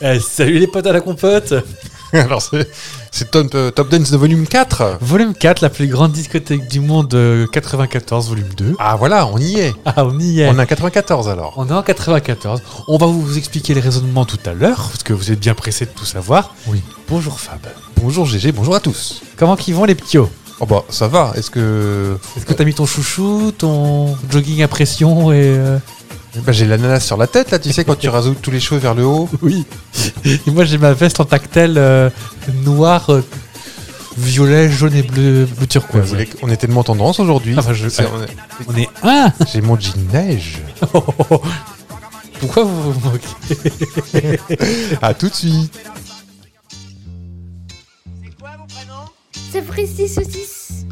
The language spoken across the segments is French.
Eh, salut les potes à la compote Alors, c'est c'est Top, euh, Top Dance de volume 4. Volume 4, la plus grande discothèque du monde, euh, 94, volume 2. Ah voilà, on y est. Ah, on y est On est à 94 alors. On est en 94. On va vous expliquer les raisonnements tout à l'heure, parce que vous êtes bien pressés de tout savoir. Oui. Bonjour Fab. Bonjour GG, bonjour à tous. Comment qu'ils vont les ptios Oh bah ça va, est-ce que... Est-ce que t'as mis ton chouchou, ton jogging à pression et... euh, Bah, j'ai l'ananas sur la tête là, tu sais, quand tu rasoutes tous les cheveux vers le haut. Oui. et moi j'ai ma veste en tactile euh, noire, euh, violet, jaune et bleu, bleu On, turquoise. voulait- on est tellement tendance aujourd'hui. Ah, bah, je- C'est- on est- on est un J'ai mon jean neige. Pourquoi vous vous moquez à tout de suite. C'est quoi vos prénoms C'est Fristy Saucisse.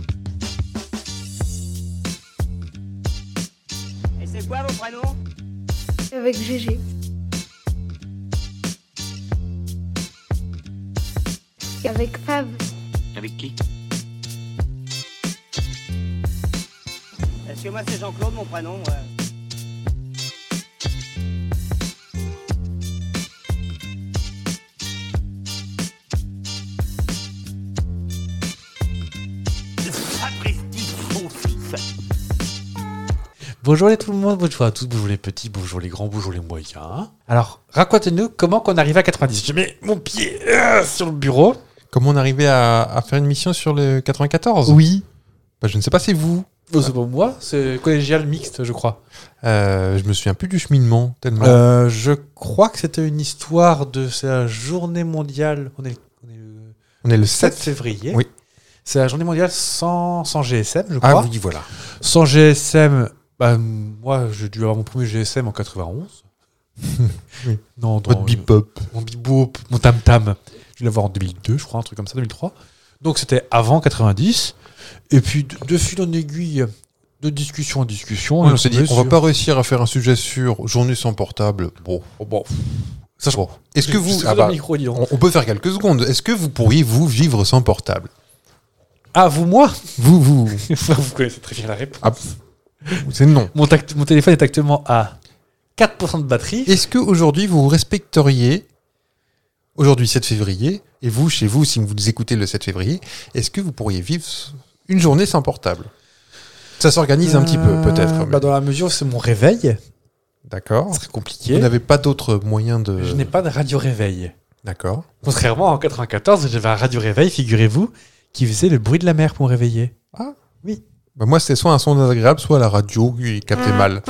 Et c'est quoi vos prénoms Avec GG. Avec Fab. Avec qui Parce que moi c'est Jean-Claude mon prénom. ouais. Sapristi, faux fils. Bonjour les tout le monde, bonjour à tous, bonjour les petits, bonjour les grands, bonjour les moyens. Alors, racontez-nous comment qu'on arrive à 90. Je mets mon pied euh, sur le bureau. Comment on arrivait à, à faire une mission sur le 94 Oui. Bah, je ne sais pas, c'est vous. c'est pas moi, c'est collégial mixte, je crois. Euh, je me souviens plus du cheminement, tellement. Euh, je crois que c'était une histoire de c'est la journée mondiale. On est, on est le on est le 7 7. février. Oui. C'est la journée mondiale sans, sans GSM, je Ah crois. oui, voilà. Sans GSM, bah, moi j'ai dû avoir mon premier GSM en 91. Oui. Non, dans- Votre bebop. mon bebop, mon tam tam. Je dû l'avoir en 2002, je crois, un truc comme ça, 2003. Donc c'était avant 90. Et puis de, de fil en aiguille, de discussion en discussion, on s'est dit, tombé on va sur- pas réussir à faire un sujet sur journée sans portable. Bon, Oh, bon, ça je crois. Est-ce que vous, C'est ah dans le bah, micro, dis donc. on, on peut faire quelques secondes. Est-ce que vous pourriez vous vivre sans portable Ah vous moi Vous, vous, Vous connaissez très bien la réponse. Ah. c'est non. Mon, tact- mon téléphone est actuellement à 4% de batterie. Est-ce que aujourd'hui vous respecteriez aujourd'hui 7 février et vous chez vous si vous nous écoutez le 7 février, est-ce que vous pourriez vivre une journée sans portable Ça s'organise un petit peu Euh, peut-être. bah, dans la mesure où c'est mon réveil, D'accord. c'est très Vous compliqué. n'avez pas d'autres moyens de. Je n'ai pas de radio réveil. D'accord. Contrairement en 94, j'avais un radio réveil, figurez-vous, qui faisait le bruit de la mer pour me réveiller. Bah, moi, c'est soit un son désagréable, soit la radio qui Mm. captait mal.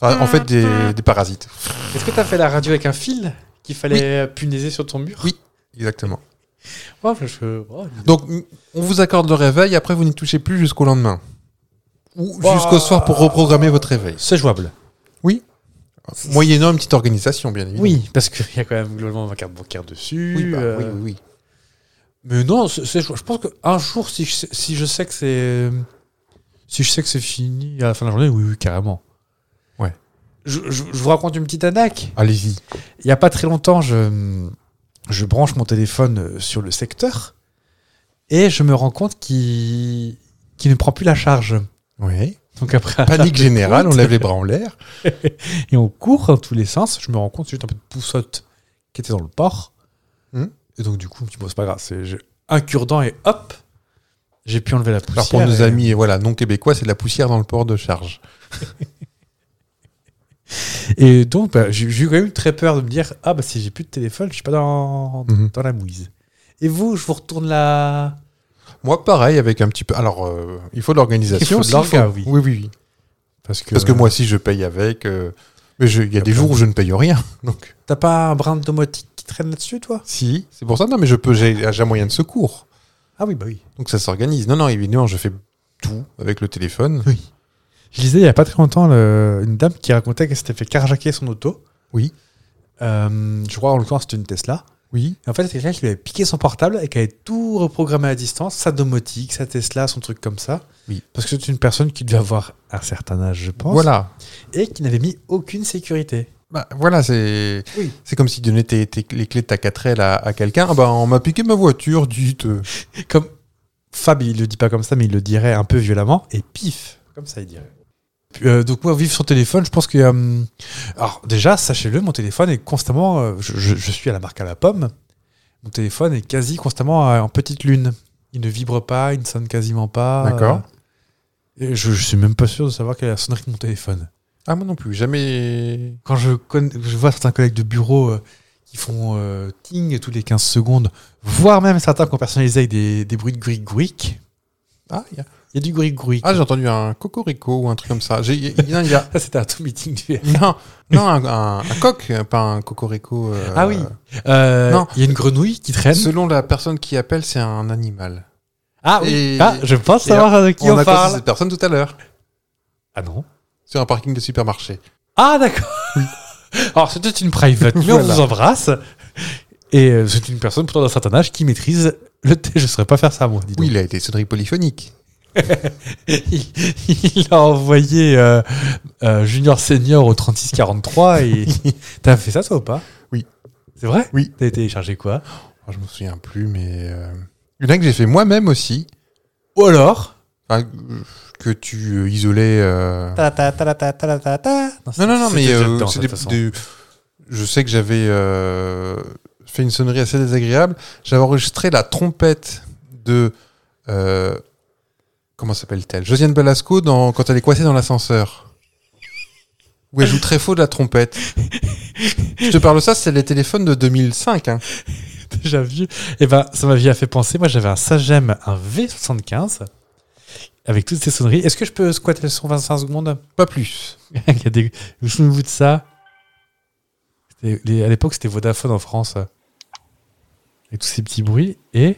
Enfin, en fait, des, des parasites. Est-ce que t'as fait la radio avec un fil qu'il fallait punaiser sur ton mur Oui. Exactement. Oh, je- oh, dis donc. Donc, m- on vous accorde le réveil, après, vous n'y touchez plus jusqu'au lendemain. Ou Ouah. jusqu'au soir pour reprogrammer votre réveil. C'est jouable. Moyennant une petite organisation, bien évidemment. Oui, parce qu'il y a quand même globalement ma carte bancaire dessus. Oui, bah, euh, oui, oui, oui. Mais non, c'est- c'est- je pense qu'un jour, si je, sais- si je sais que c'est. Si je sais que c'est fini à la fin de la journée, oui, oui, carrément. Ouais. Je, je- je vous raconte une petite anecdote. Allez-y. Il n'y a pas très longtemps, je, je branche mon téléphone euh, sur le secteur et je me rends compte qu'il qu'il ne prend plus la charge. Oui. Donc après, Panique générale, on lève les bras en l'air. et on court dans tous les sens. Je me rends compte, c'est juste un peu de poussotte qui était dans le port. Hum. Et donc, du coup, je me dis, bon, c'est pas grave. c'est- j'ai Un cure-dent et hop, j'ai pu enlever la poussière. Alors, pour nos et- amis voilà, non québécois, c'est de la poussière dans le port de charge. Et donc, bah, j'ai j'ai eu quand même très peur de me dire Ah, bah, si j'ai plus de téléphone, je suis pas dans, Mhm. dans la mouise. Et vous, je vous retourne la. Moi, pareil, avec un petit peu. Alors, euh, il faut de l'organisation. Il faut de aussi, l'orga, oui. Oui, oui, oui. Parce que, Parce que moi aussi, je paye avec. euh, mais je- il y a des jours où je ne paye rien. Donc, T'as pas un brin de domotique qui traîne là-dessus, toi si, c'est pour ça. Non, mais je peux. J'ai j'ai un moyen de secours. Ah, oui, bah oui. Donc, ça s'organise. Non, non, évidemment, je fais tout avec le téléphone. Oui. Je lisais il y a pas très longtemps le- une dame qui racontait qu'elle s'était fait carjacker son auto. Oui. Euh, je crois en l'occurrence c'était une Tesla. Oui. Et en fait, c'est quelqu'un qui lui avait piqué son portable et qui avait tout reprogrammé à distance, sa domotique, sa Tesla, son truc comme ça. Oui. Parce que c'est une personne qui devait avoir un certain âge, je pense. Voilà. Et qui n'avait mis aucune sécurité. Bah, voilà, c'est Oui. c'est comme si tu donnais tes- tes- les clés de ta 4L à, à quelqu'un. Ah bah, on m'a piqué ma voiture, dites. Comme Fab, il le dit pas comme ça, mais il le dirait un peu violemment. Et pif Comme ça, il dirait. Puis, euh, donc moi, vivre sur téléphone, je pense que... euh, alors déjà, sachez-le, mon téléphone est constamment... euh, je, je- je suis à la marque à la pomme. Mon téléphone est quasi constamment euh, en petite lune. Il ne vibre pas, il ne sonne quasiment pas. D'accord. euh, et je, je suis même pas sûr de savoir quelle est la sonnerie de mon téléphone. Ah, moi non plus, jamais. Quand je, conna- je vois certains collègues de bureau euh, qui font euh, ting tous les 15 secondes, voire même certains qui ont personnalisé avec des, des bruits de gouic-gouic, Ah, il y a- il y a du gouic-gouic. ah, j'ai entendu un cocorico ou un truc comme ça. J'ai- Il y, a- il y a. Ça, c'était un tout meeting du Non, non un, un- un coq, euh, pas un cocorico. euh, Ah oui. Euh, Non. Il y a une grenouille qui traîne. Selon la personne qui appelle, c'est un animal. Ah oui. Et- Ah, je pense et savoir de qui on, on a croisé parle. cette personne tout à l'heure Ah non. sur un parking de supermarché. Ah d'accord. Alors c'était une private, mais on Voilà. vous embrasse. Et euh, c'est une personne pourtant d'un certain âge qui maîtrise le thé. Je ne saurais pas faire ça moi. Dis donc. Oui, il a été sonnerie polyphonique. il, il a envoyé euh, euh, junior senior au 3643 et t'as fait ça toi ou pas Oui. C'est vrai Oui. T'as téléchargé quoi Oh, je me souviens plus, mais euh, il y en a que j'ai fait moi-même aussi, Ou alors Enfin, euh, que tu euh, isolais. euh, ta-la-ta, ta-la-ta, ta-la-ta, ta. Non, non, non, c'était mais déjà euh, dedans, c'est ça, de des- toute façon. des- je sais que j'avais euh, fait une sonnerie assez désagréable. J'avais enregistré la trompette de euh, comment s'appelle-t-elle Josiane Balasco dans quand elle est coincée dans l'ascenseur. Où elle joue très faux de la trompette. je te parle de ça, c'est les téléphones de 2005. hein. déjà vu. Et ben, ça m'avait fait penser. Moi, j'avais un Sagem, un V75, avec toutes ces sonneries. Est-ce que je peux squatter le son 25 secondes Pas plus. Il y a des- Vous souvenez-vous de ça C'était- les- À l'époque, c'était Vodafone en France. Et tous ces petits bruits. Et.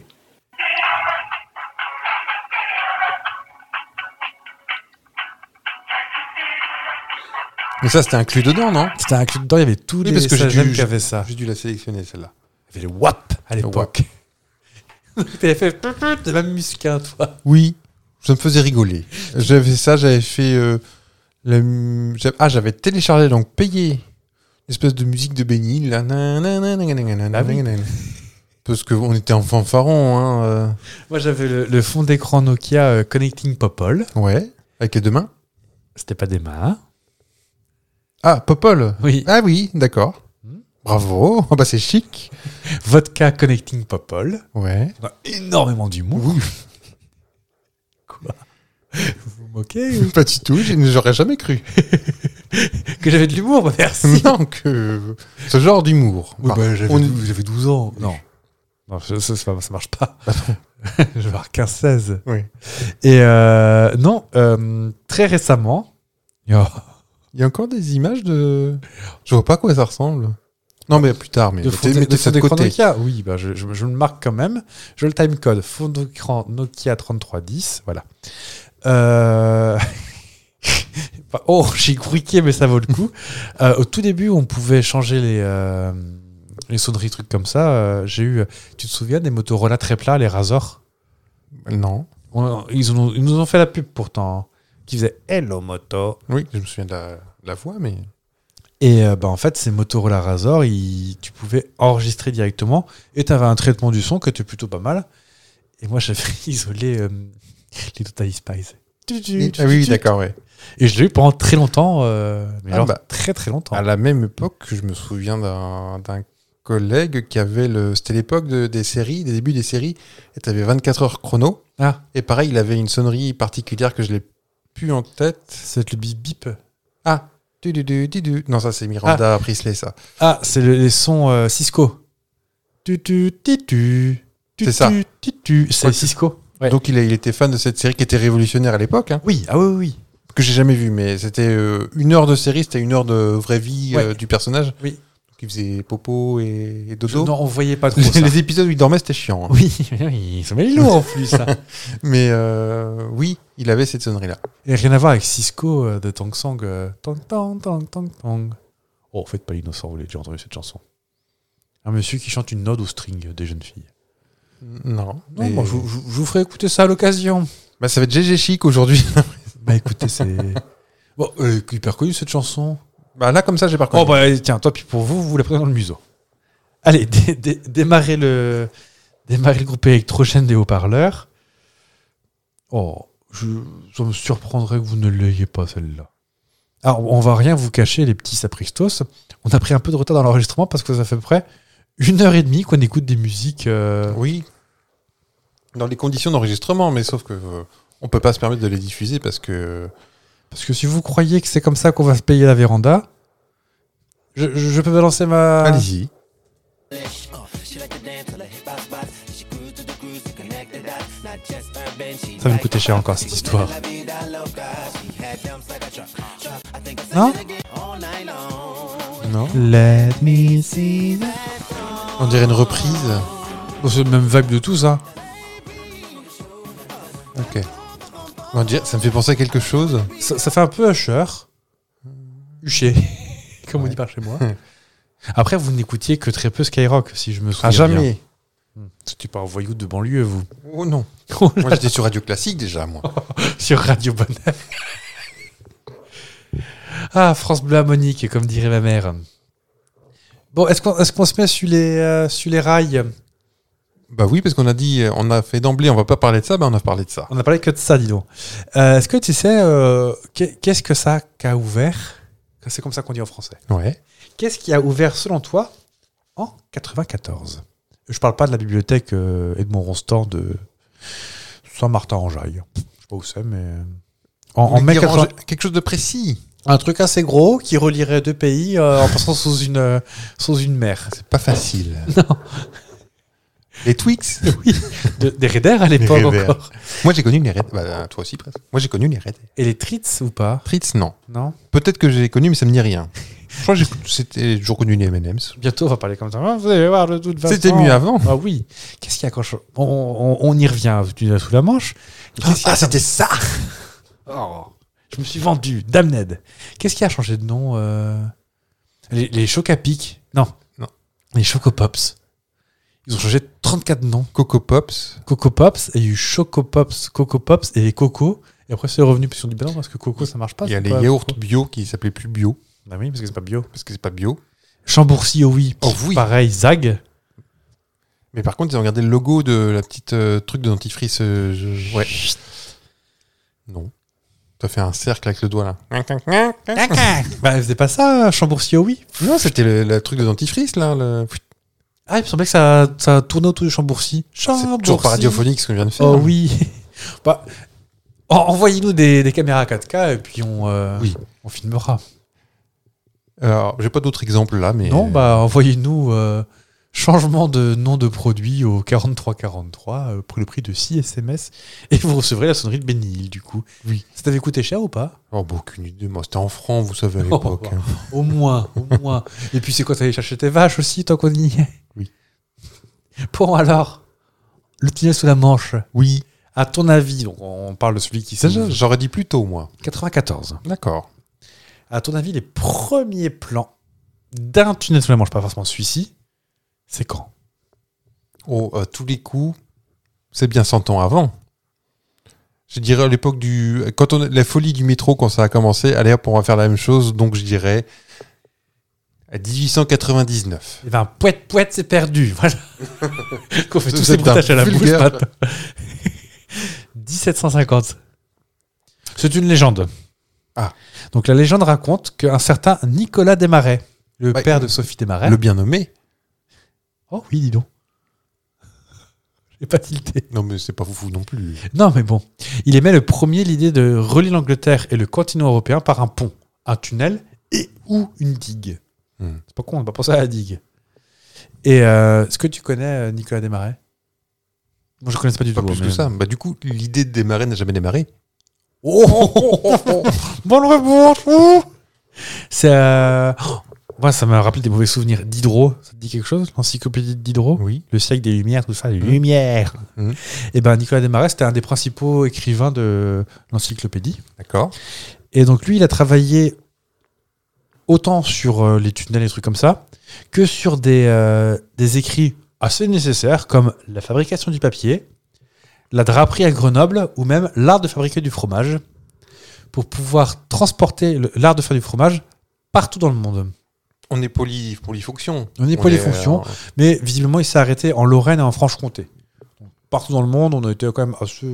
Mais ça, c'était inclus dedans, non C'était un clip dedans, il y avait tous Oui, les parce que j'ai Sagem dû- qui avaient ça. J'ai dû la sélectionner, celle-là. Il y avait le WAP à l'époque. T'avais fait. T'as même musique, hein, toi. Oui, ça me faisait rigoler. J'avais ça, j'avais fait. euh, la mu- j'avais- Ah, j'avais téléchargé, donc payé une espèce de musique de Benny. là, nanana, nanana, Ah oui. nanana. Parce qu'on était en fanfaron, hein. euh, Moi, j'avais le, le fond d'écran Nokia euh, Connecting Popol. Ouais, avec les deux mains. C'était pas des mains. Ah, Popol Oui. Ah oui, d'accord. Hmm. Bravo, Ah bah c'est chic. Vodka Connecting Popol. Ouais. On a énormément d'humour. Quoi Vous vous moquez ou Pas du tout, je- j'aurais jamais cru. Que j'avais de l'humour, bah, merci. non, que ce genre d'humour. Oui, bah, j'avais on- dou- j'avais 12 ans. Non. Non, ça, ça, ça- ça marche pas. je vais avoir 15-16. Ah Oui. Et euh, non, euh, très récemment. Oh, Il y a encore des images de. Je vois pas à quoi ça ressemble. Non, mais plus tard, mais de fond- mettez, mettez de ça fond de d'écran côté. Nokia. Oui, bah, je, je- je le marque quand même. Je le timecode. Fond d'écran Nokia 3310. Voilà. Euh, bah, oh, j'ai grouillé, mais ça vaut le coup. Euh, au tout début, on pouvait changer les, euh, les sonneries, trucs comme ça. Euh, j'ai eu, tu te souviens, des Motorola très plats, les Razor Non. On- ils, en ont- ils nous ont fait la pub pourtant. hein, Qui faisait Hello Moto. Oui, je me souviens de la, de la voix, mais. Et euh, bah, en fait, ces Motorola Razor, ils- tu pouvais enregistrer directement et tu avais un traitement du son qui était plutôt pas mal. Et moi, j'avais isolé euh, les Total Spies. Ah oui, oui, d'accord, ouais. Et je l'ai eu pendant très longtemps. euh, mais Ah alors, bah. très très longtemps. À la même époque, je me souviens d'un d'un collègue qui avait le. C'était l'époque de- des séries, des débuts des séries, et t'avais 24 heures chrono. Ah. Et pareil, il avait une sonnerie particulière que je l'ai plus en tête. C'est le bip bip. Ah Du, du, du, du, du. Non, ça, c'est Miranda Priestley, ça. Ah, c'est le- les sons euh, Cisco. Tu, tu, ti, tu. Tu, C'est ça. tu, ti, tu. C'est Ouais. Cisco. Ouais. Donc, il, a- il était fan de cette série qui était révolutionnaire à l'époque, hein. Oui, ah oui, oui, oui. que j'ai jamais vu, mais c'était euh, une heure de série, c'était une heure de vraie vie Ouais. euh, du personnage. Oui. Donc il faisait Popo et, et Je Dodo. n'en voyais pas trop. les, ça. les épisodes où il dormait, c'était chiant. hein. Oui, ils sont bien lourds en plus. hein. Mais euh, oui, il avait cette sonnerie-là. Et rien à voir avec Cisco euh, de Tang Sang. euh, Tang Tang Tang Tang Tang. Oh, faites pas l'innocent, vous l'avez déjà entendu cette chanson. Un monsieur qui chante une ode au string euh, des jeunes filles. Non. Non, Et- moi, je, je- je vous ferai écouter ça à l'occasion. Bah, ça va être GG Chic aujourd'hui. Bah écoutez, c'est. Bon, elle est hyper connue cette chanson. bah, là, comme ça, j'ai pas Oh compris. bah allez, tiens, toi, puis pour vous, vous la prenez dans le museau. Allez, dé- dé- démarrez, le, démarrez le groupe électrogène des haut-parleurs. Oh, je, ça me surprendrait que vous ne l'ayez pas celle-là. Alors, on va rien vous cacher, les petits sapristos. On a pris un peu de retard dans l'enregistrement parce que ça fait à peu près une heure et demie qu'on écoute des musiques. euh, Oui. Dans les conditions d'enregistrement, mais sauf que euh, on peut pas se permettre de les diffuser parce que euh, Parce que si vous croyez que c'est comme ça qu'on va se payer la véranda, je, je- je peux balancer ma. allez-y. Ça va me coûter cher encore cette histoire. Non Non. Let On dirait une reprise. Oh, c'est le même vibe de tout ça. Ok. On dirait- ça me fait penser à quelque chose. Ça, ça fait un peu Usher. Huché, comme on Ouais. dit par chez moi. Après, vous n'écoutiez que très peu Skyrock, si je me souviens. À jamais. bien. Ah, C'était pas un voyou de banlieue, vous. Oh non. Oh là Moi j'étais sur Radio Classique déjà, moi. sur Radio Bonheur. ah, France Bleu Harmonique, comme dirait ma mère. Bon, est-ce qu'on est-ce qu'on se met sur les, euh, sur les rails Bah oui, parce qu'on a dit, euh, on a fait d'emblée, on va pas parler de ça, bah on a parlé de ça. On n'a parlé que de ça, dis donc. Euh, est-ce que tu sais, euh, qu'est- qu'est-ce que ça qu'a ouvert C'est comme ça qu'on dit en français. Ouais. Qu'est-ce qui a ouvert, selon toi, en 94 Je parle pas de la bibliothèque euh, Edmond Rostand de Saint-Martin-en-Jaille. Je sais pas où c'est, mais... euh, En, en On mai dit 80 ranger- quelque chose de précis. Un truc assez gros qui relierait deux pays euh, en passant sous une, euh, sous une mer. C'est pas facile. Non. Les Twix. De- des raiders à Les l'époque raiders. encore. moi j'ai connu les Red. Bah, toi aussi presque. Moi j'ai connu les Red. Et les trits ou pas Tritz, non. Non Peut-être que j'ai connu, mais ça me dit rien. Je crois que j'ai- c'était j'ai toujours connu les M&M's. Bientôt on va parler comme ça. Ah, Vous allez voir le doute Vincent. C'était mieux avant. Ah oui. Qu'est-ce qu'il y a quand je... on, on- on y revient tu- sous la manche. Et qu'est-ce qu'il y a- Ah, c'était ça. Oh, je me suis vendu. Damned. Qu'est-ce qui a changé de nom euh, Les, les Chocapic Non. Non. Les Chocopops. Ils ont changé 34 noms. Coco Pops. Coco Pops, et il y a eu Choco Pops, Coco Pops et Coco. Et après, c'est revenu sur du bah non, parce que Coco, ça marche pas. Il y a c'est les pas- yaourts bio qui s'appelaient plus bio Ah oui, parce que c'est pas bio. parce que c'est pas bio. Chambourcy, oh oui. Oh oui. Pareil, Zag. Mais par contre, ils ont gardé le logo de la petite euh, truc de dentifrice. euh, je- ouais. Non. T'as fait un cercle avec le doigt là. Bah, elle faisait pas ça, Chambourcy, oh oui. Non, c'était le, le truc de dentifrice là. le- Ah, il me semblait que ça, ça tournait autour de Chambourcy. C'est toujours Chambourcy. pas radiophonique ce qu'on vient de faire. Ah, Oh oui. bah, en- envoyez-nous des, des caméras 4K et puis on, euh, Oui. on filmera. Alors, j'ai pas d'autres exemples là, mais. Non, bah, envoyez-nous euh, changement de nom de produit au 4343 euh, pour le prix de 6 SMS et vous recevrez la sonnerie de Benny Hill, du coup. Oui. Ça t'avait coûté cher ou pas Oh, bah, aucune idée. Moi, c'était en franc, vous savez, à Oh, l'époque. hein. Au moins, au moins. Et puis c'est quoi, t'allais chercher tes vaches aussi tant qu'on y est Oui. Bon alors, le tunnel sous la Manche, Oui. à ton avis, donc, on parle de celui qui Ça, s'est... J'aurais dit plus tôt, moi. 94. D'accord. À ton avis, les premiers plans d'un tunnel sous la Manche, pas forcément celui-ci, c'est quand Oh, à tous les coups, c'est bien 100 ans avant. Je dirais à l'époque du. Quand on, la folie du métro, quand ça a commencé, allez hop, on va faire la même chose. Donc je dirais. À 1899. Eh ben, poète, poète, c'est perdu. Voilà. Qu'on fait Vous tous ces êtes un bruitages à la bouche vulgaire. maintenant. 1750. C'est une légende. Ah. Donc la légende raconte qu'un certain Nicolas Desmarais, le Ouais. père de Sophie Desmarais. Le bien nommé. Oh oui, dis donc. J'ai pas tilté. Non, mais c'est pas fou non plus. Non, mais bon. Il émet le premier l'idée de relier l'Angleterre et le continent européen par un pont, un tunnel et ou une digue. Hmm. C'est pas con, on n'a pas pensé à la digue. Et euh, est-ce que tu connais euh, Nicolas Desmarais Moi, je ne connais pas du Pas tout. plus mais- que ça. Bah, du coup, l'idée de démarrer n'a jamais démarré. Oh, oh, oh, oh, oh. Bonne réponse ouh. C'est. euh, oh, moi, ça m'a rappelé des mauvais souvenirs. Diderot, ça te dit quelque chose L'encyclopédie de Diderot Oui. le siècle des Lumières, tout ça, les Mhm. Lumières. Mhm. Et ben Nicolas Desmarais, c'était un des principaux écrivains de l'encyclopédie. D'accord. Et donc lui, il a travaillé autant sur euh, les tunnels et trucs comme ça, que sur des, euh, des écrits assez nécessaires comme la fabrication du papier, la draperie à Grenoble ou même l'art de fabriquer du fromage pour pouvoir transporter le- l'art de faire du fromage partout dans le monde. On est poly, polyfonction. euh, On est euh, polyfonction. Mais visiblement, il s'est arrêté en Lorraine et en Franche-Comté. Donc, Partout dans le monde, on a été quand même assez,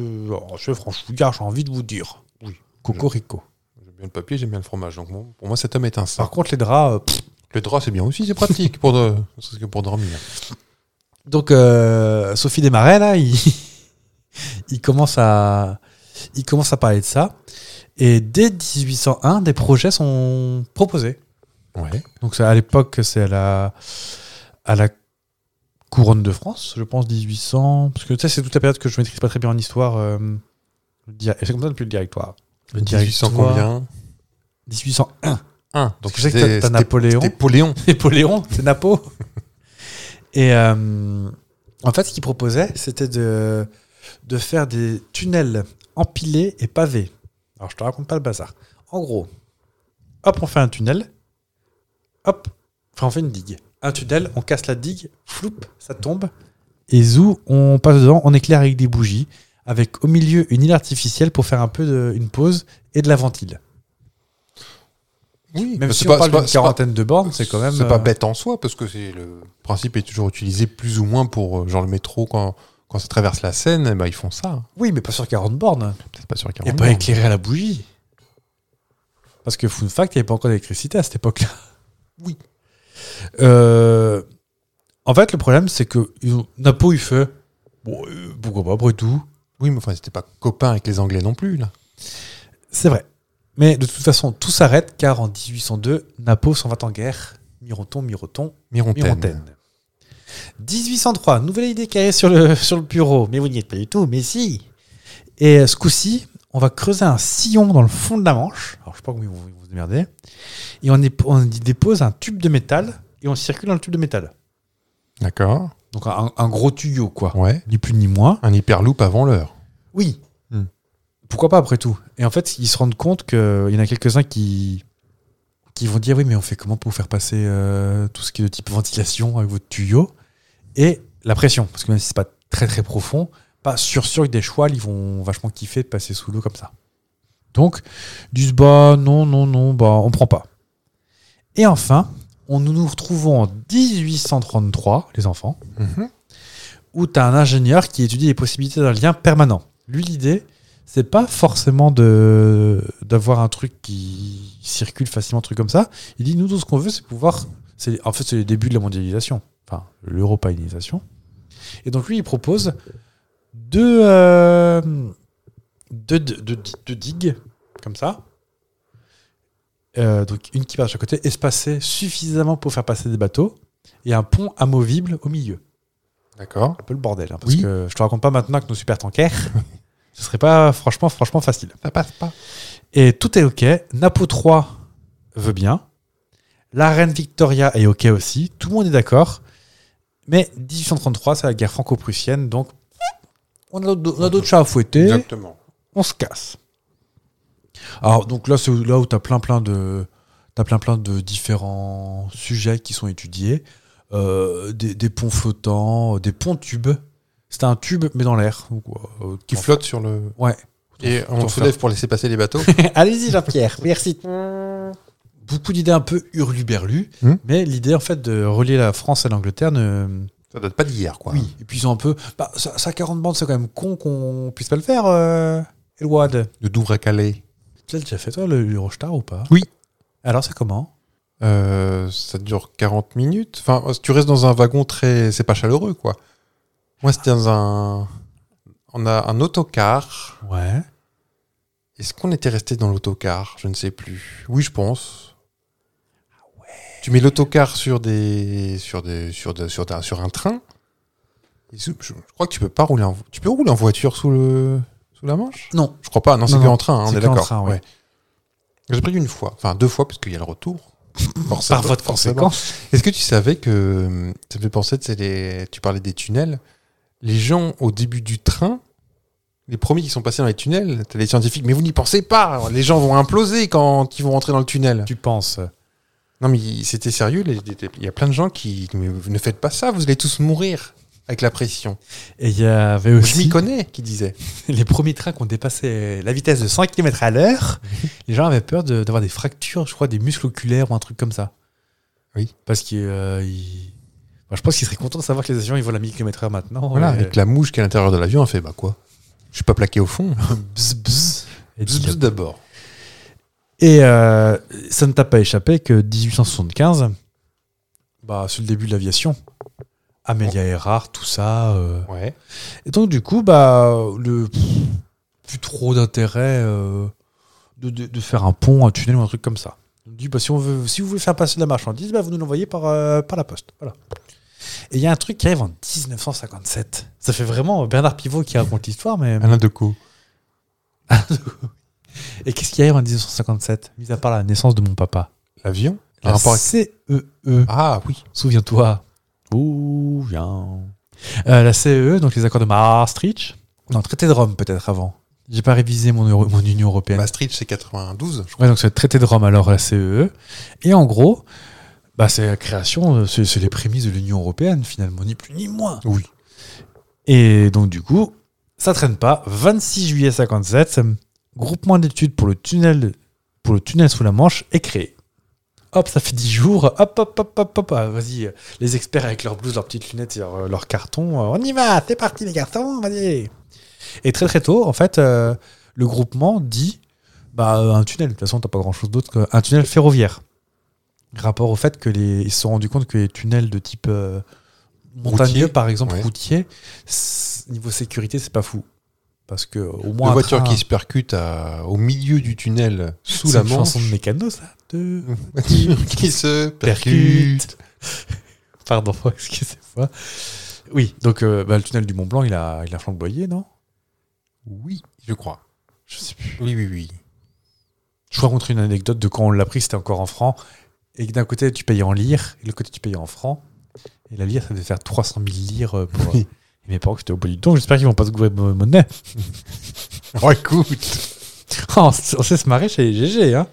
assez franchouillard, j'ai envie de vous dire. Oui. Cocorico. J'aime bien le papier, j'aime bien le fromage. Donc bon, pour moi, cet homme est un saint. Par contre, les draps. euh, pff. Le drap, c'est bien aussi, c'est pratique pour, de- ne serait-ce que pour dormir. Donc, euh, Sophie Desmarais, là, il, il commence à, il commence à parler de ça. Et dès 1801, des projets sont proposés. Ouais. Donc, c'est- à l'époque, c'est à la, à la couronne de France, je pense, 1800. Parce que tu sais, c'est toute la période que je maîtrise pas très bien en histoire. euh, le dia- c'est comme ça depuis le directoire. Le 1800 directoire- combien 1801. 1. Parce que je sais que t'as- t'as Napoléon. C'était Napoléon. Napoléon, c'est Napo. Et euh, en fait, ce qu'il proposait, c'était de, de faire des tunnels empilés et pavés. Alors, je te raconte pas le bazar. En gros, hop, on fait un tunnel. Hop, enfin, on fait une digue. Un tunnel, on casse la digue, floup, ça tombe. Et zou, on passe dedans, on éclaire avec des bougies, avec au milieu une île artificielle pour faire un peu de- une pause et de la ventile. Oui, Même mais si c'est on pas- parle c'est pas- d'une c'est pas- quarantaine de bornes, c'est quand même. C'est pas euh, bête en soi, parce que c'est le principe est toujours utilisé plus ou moins pour euh, genre le métro quand, quand ça traverse la Seine, eh ben, ils font ça. Oui, mais pas sur 40 bornes. Peut-être pas sur les Et 40 pas bornes. éclairé à la bougie. Parce que fun fact, il n'y avait pas encore d'électricité à cette époque-là. Oui. en fait, le problème, c'est que ils ont- Napo, il fait bon, euh, pourquoi pas, après tout. Oui, mais enfin, c'était pas copain avec les Anglais non plus, là. C'est vrai. Mais de toute façon, tout s'arrête car en 1802, Napo s'en va en guerre. Mironton, Miroton, Mirontaine. Mirontaine. 1803, nouvelle idée qui arrive sur le, sur le bureau. Mais vous n'y êtes pas du tout, mais si. Et euh, ce coup-ci, on va creuser un sillon dans le fond de la Manche. Alors je sais pas comment ils vont ils vont se démerder. Et on, est- on y dépose un tube de métal et on circule dans le tube de métal. D'accord. Donc un, un gros tuyau, quoi. Ouais. Ni plus ni moins. Un hyperloop avant l'heure. Oui. Hmm. Pourquoi pas après tout Et en fait, ils se rendent compte qu'il y en a quelques-uns qui, qui vont dire oui, mais on fait comment pour faire passer euh, tout ce qui est de type ventilation avec votre tuyau et la pression Parce que même si c'est pas très très profond, pas sûr sûr que des chouals, ils vont vachement kiffer de passer sous l'eau comme ça. Donc, ils disent bah non, non, non, bah on prend pas. Et enfin, on nous nous retrouvons en 1833, les enfants Mhm. où tu as un ingénieur qui étudie les possibilités d'un lien permanent. Lui, l'idée, c'est pas forcément de d'avoir un truc qui circule facilement, un truc comme ça. Il dit nous, tout ce qu'on veut, c'est pouvoir. c'est- En fait, c'est les débuts de la mondialisation, enfin, l'europaïnisation. Et donc, lui, il propose deux, euh, deux, deux- deux- deux digues, comme ça. Euh, donc, une qui passe de chaque côté, espacée suffisamment pour faire passer des bateaux, et un pont amovible au milieu D'accord. un peu le bordel. hein, parce Oui. que je te raconte pas maintenant que nos super tankers, ce serait pas franchement, franchement facile. Ça passe pas. Et tout est OK. Napo 3 veut bien. La reine Victoria est OK aussi. Tout le monde est d'accord. Mais 1833, c'est la guerre franco-prussienne. Donc, on a d'autres on a d'autres chats à fouetter Exactement. on se casse. Alors donc là c'est là où tu as plein plein de t'as plein plein de différents sujets qui sont étudiés, Euh, des, des ponts flottants, euh, des ponts tubes. C'était un tube mais dans l'air ou quoi, euh, Qui en- flotte sur le. Ouais. Et on se fleur. lève pour laisser passer les bateaux. Allez-y Jean-Pierre, merci. Beaucoup d'idées un peu hurluberlu, Hum. mais l'idée en fait de relier la France à l'Angleterre ne ça date pas d'hier, quoi. oui, et puis ils ont un peu bah, ça, ça 40 bandes, c'est quand même con qu'on puisse pas le faire euh, Elwad. De Douvres à Calais. Tu l'as déjà fait toi le, le Rochtar ou pas Oui. Alors c'est comment Euh, ça dure 40 minutes. Enfin, tu restes dans un wagon très. C'est pas chaleureux, quoi. Moi, c'était dans un. On a un autocar. Ouais. Est-ce qu'on était resté dans l'autocar Je ne sais plus. Oui, je pense. Tu mets l'autocar sur des sur des sur des- sur, un- sur un train. Et sous- je, je crois que tu peux pas rouler en vo- tu peux rouler en voiture sous le sous la Manche. Non. Je crois pas. Non, c'est Non, que non, en train. hein, on c'est est que en d'accord. train, ouais. Ouais. J'ai pris une fois, enfin deux fois parce qu'il y a le retour. Par Forcément, voie de forcément. conséquence. Est-ce que tu savais que hum, ça me fait penser, tu sais, les- tu parlais des tunnels, les gens au début du train, les premiers qui sont passés dans les tunnels, t'as les scientifiques, mais vous n'y pensez pas, les gens vont imploser quand ils vont rentrer dans le tunnel. Tu penses Non mais il- c'était sérieux, les- les- il y a plein de gens qui, mais vous ne faites pas ça, vous allez tous mourir avec la pression. Et il y avait Je m'y aussi connais, qui disait. les premiers trains qui ont dépassé la vitesse de 100 km à l'heure. les gens avaient peur de- d'avoir des fractures, je crois, des muscles oculaires ou un truc comme ça. Oui. Parce que euh, ils- enfin, je pense qu'ils seraient contents de savoir que les avions ils volent à 1000 km/h maintenant. Voilà, et... avec la mouche qui est à l'intérieur de l'avion, on fait, bah quoi Je suis pas plaqué au fond. bzz, bzz. Et Bzz, dis- bzz d'abord. Et euh, ça ne t'a pas échappé que 1875, bah, c'est le début de l'aviation. Amelia Earhart, tout ça. euh. Ouais. Et donc, du coup, bah, le, pff, plus trop d'intérêt euh, de, de- de faire un pont, un tunnel ou un truc comme ça. On dit, bah, si, on veut, si vous voulez faire passer de la marchandise, bah, vous nous l'envoyez par, euh, par la poste. Voilà. Et il y a un truc qui arrive en 1957. Ça fait vraiment Bernard Pivot qui raconte l'histoire, mais. Alain Decaux. Et qu'est-ce qu'il y a eu en 1957, mis à part la naissance de mon papa L'avion La E Par rapport à- CEE, Ah oui. souviens-toi. Souviens. Euh, la CEE, donc les accords de Maastricht. Non, le traité de Rome peut-être avant. J'ai pas révisé mon, Euro- mon Union européenne. Maastricht, c'est 92, je crois. Ouais, donc c'est le traité de Rome alors, la CEE. Et en gros, bah, c'est la création, euh, c'est c'est les prémices de l'Union européenne finalement, ni plus ni moins. Oui. Et donc du coup, ça traîne pas. 26 juillet 57, groupement d'études pour le tunnel pour le tunnel sous la Manche est créé. Hop, ça fait 10 jours. Hop, hop, hop, hop, hop. Ah, Vas-y, les experts avec leurs blouses, leurs petites lunettes et leurs leurs cartons. euh, On y va, c'est parti les garçons, vas-y. Et très très tôt, en fait, euh, le groupement dit bah, euh, un tunnel. De toute façon, t'as pas grand chose d'autre qu'un tunnel ferroviaire. Rapport au fait que les, ils se sont rendus compte que les tunnels de type euh, montagneux, Routier, par exemple, ouais. routier, c- niveau sécurité, c'est pas fou. Parce que au Une moins. voiture train- qui se percute à- au milieu du tunnel sous la C'est une manche. chanson de mécano, ça de- qui se percute. percute. Pardon, excusez-moi. Oui, donc euh, bah, le tunnel du Mont Blanc, il a, il a flamboyé, non Oui, je crois. Je sais plus. Oui, oui, oui. Je vous raconterai une anecdote de quand on l'a pris, c'était encore en francs. Et que d'un côté, tu payais en lire, et de l'autre côté, tu payais en francs. Et la lire, ça devait faire 300 000 lire euh, pour. euh, Oui. et mes parents, qui étaient au bout du don. J'espère qu'ils vont pas se gourer de mauvaise monnaie. Oh, écoute. Oh, on s- on sait se marrer chez les GG. Hein.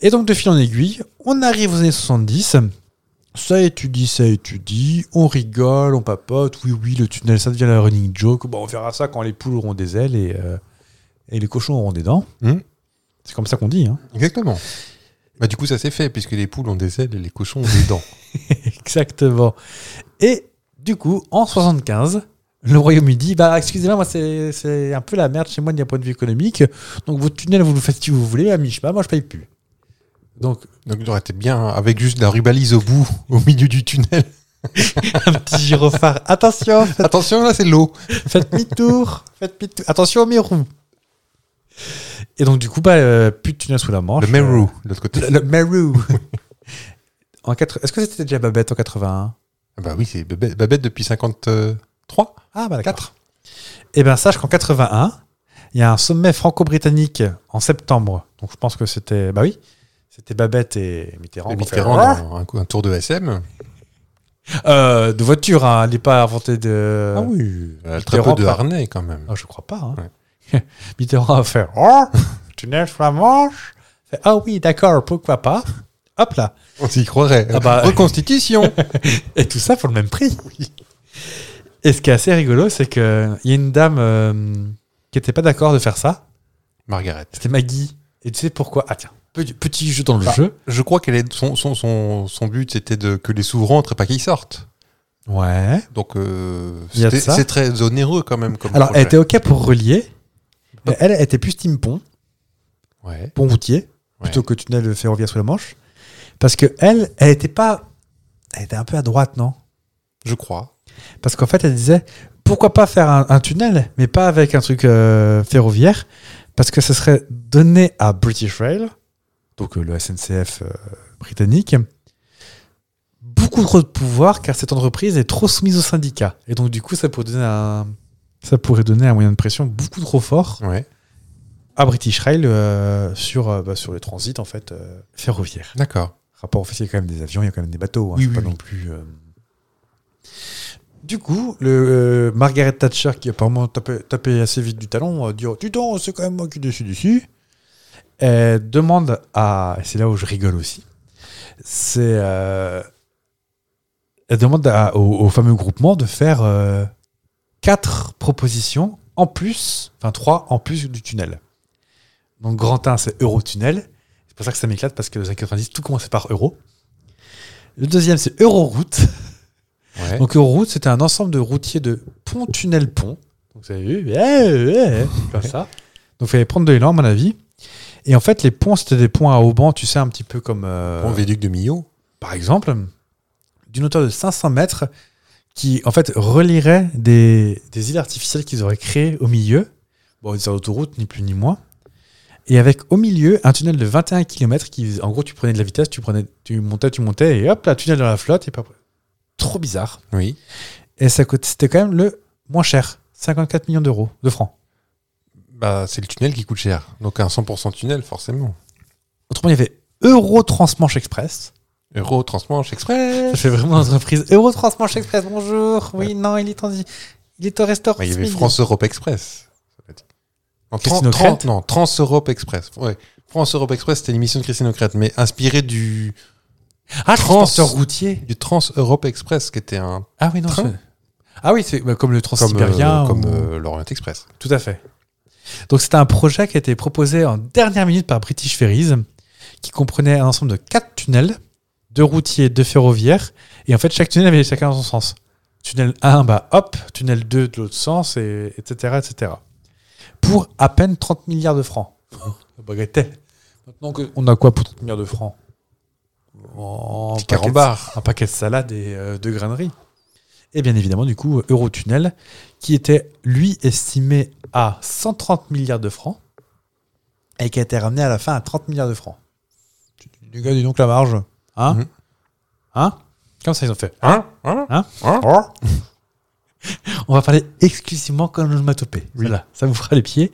Et donc, de fil en aiguille, on arrive aux années 70. Ça étudie, ça étudie, on rigole, on papote. Oui, oui, le tunnel, ça devient la running joke. Bon, on verra ça quand les poules auront des ailes et, euh, et les cochons auront des dents. Mhm. C'est comme ça qu'on dit. Hein. Exactement. Bah, du coup, ça s'est fait, puisque les poules ont des ailes et les cochons ont des dents. Exactement. Et du coup, en 75, le Royaume-Uni dit bah, excusez-moi, moi, c'est c'est un peu la merde chez moi d'un point de vue économique. Donc, votre tunnel, vous le faites si vous voulez, à mi-chemin, moi, je paye plus. Donc, Donc, j'aurais été bien avec juste la rubalise au bout, au milieu du tunnel. un petit gyrophare. Attention, faites, Attention, là, c'est l'eau. faites mi-tour, faites mi-tour. Attention au Mérou. Et donc, du coup, bah, euh, plus de tunnel sous la manche. Le Meru, de l'autre côté. Euh, le, le Mérou. en quatre- Est-ce que c'était déjà Babette en 81 Ah Bah oui, c'est Babette Babette depuis euh, 53. Ah, bah d'accord. Eh bien, sache qu'en 81, il y a un sommet franco-britannique en septembre. Donc, je pense que c'était. Bah oui. C'était Babette et Mitterrand. Et qui ont fait- Mitterrand, dans un, coup- un tour de SM. Euh, de voiture, hein, elle n'est pas inventée de. Ah oui. Très Mitterrand, peu de pas- harnais, quand même. Ah, je crois pas. Hein. Mitterrand a fait tunnel sur la Manche. Fait, Ah oui, d'accord, pourquoi pas Hop là. On s'y croirait. Ah bah- Reconstitution. Et tout ça pour le même prix. Et ce qui est assez rigolo, c'est qu'il y a une dame euh, qui n'était pas d'accord de faire ça. Margaret. C'était Maggie. Et tu sais pourquoi Ah tiens, Ah. petit, petit jeu dans le jeu. Je crois qu'elle est, son, son, son, son but, c'était de, que les sous rentrent et pas qu'ils sortent. Ouais. Donc, euh, Il y a de c'était- ça. c'est très onéreux, quand même. Comme Alors, elle projet. était OK pour relier. mais elle, elle était plus team pont, Ouais. pont routier, plutôt Ouais. que tunnel ferroviaire sous la Manche. Parce que elle, elle était pas. Elle était un peu à droite, non Je crois. Parce qu'en fait, elle disait pourquoi pas faire un, un tunnel, mais pas avec un truc euh, ferroviaire, parce que ce serait donné à British Rail, donc euh, le SNCF euh, britannique, beaucoup trop de pouvoir car cette entreprise est trop soumise aux syndicats. Et donc, du coup, ça pourrait donner un, ça pourrait donner un moyen de pression beaucoup trop fort Ouais. à British Rail euh, sur, euh, bah, sur les transits en fait, euh, ferroviaires D'accord. rapport au fait qu'il y a quand même des avions, il y a quand même des bateaux. hein, Oui, c'est oui, pas oui. non plus. euh. Du coup, le euh, Margaret Thatcher, qui apparemment tapait, tapait assez vite du talon, euh, dit oh, Dis donc, c'est quand même moi qui décide ici. Elle demande à. et C'est là où je rigole aussi. C'est. euh, elle demande à- au, au fameux groupement de faire euh, quatre propositions en plus, enfin trois en plus du tunnel. Donc grand 1, c'est Eurotunnel. C'est pour ça que ça m'éclate parce que dans les années 90, tout commençait par Euro. Le deuxième, c'est Euroroute. Ouais. Donc Euroroute, c'était un ensemble de routiers de pont, tunnel, eh. pont. Donc vous avez vu, eh, eh, eh, comme ça. Donc il fallait prendre de l'élan, à mon avis. Et en fait, les ponts, c'était des ponts à auban, tu sais, un petit peu comme. euh, Bon, Véduc de Millau. par exemple, d'une hauteur de 500 mètres qui, en fait, relierait des, des îles artificielles qu'ils auraient créées au milieu. Bon, sur l'autoroute, ni plus ni moins. Et avec au milieu un tunnel de 21 km qui, en gros, tu prenais de la vitesse, tu, prenais, tu montais, tu montais, et hop, là, tunnel dans la flotte. Et pas... Trop bizarre. Oui. Et ça coûte- c'était quand même le moins cher, 54 millions d'euros, de francs. Bah, c'est le tunnel qui coûte cher. Donc un 100% tunnel, forcément. Autrement, il y avait Euro Transmanche Express. Euro, Transmanche, Express. Ça fait vraiment entreprise. Euro Transmanche Express, bonjour. Oui, non, il est, transi- il est au restaurant. Ouais, il y avait ce midi. France-Europe Express. ça peut être. Non, Tran- Christine Tran- O'Crête non, Trans-Europe Express. Ouais. France-Europe Express, c'était l'émission de Christine O'Crête, mais inspirée du, Ah, Trans- transporteur routier. du Trans-Europe Express, qui était un. Ah oui, non. Train. c'est- Ah oui, c'est bah, comme le Comme, euh, Transsibérien. comme ou- euh, l'Orient Express. Tout à fait. Donc c'était un projet qui a été proposé en dernière minute par British Ferries, qui comprenait un ensemble de quatre tunnels, deux routiers, deux ferroviaires, et en fait chaque tunnel avait chacun dans son sens. Tunnel 1, bah hop, tunnel 2 de l'autre sens, et, etc., etc. Pour à peine 30 milliards de francs. La bagatelle. Maintenant que- on a quoi pour 30 milliards de francs Un Petit paquet de- carambar. Un paquet de salade et euh, de graineries. Et bien évidemment, du coup, Eurotunnel, qui était lui estimé à 130 milliards de francs et qui a été ramené à la fin à 30 milliards de francs. Tu te dis, Les gars, dis donc la marge. Hein Mhm. Hein Comme ça, ils ont fait. Hein Hein Hein Hein On va parler exclusivement comme l'onomatopée. Voilà, ça vous fera les pieds.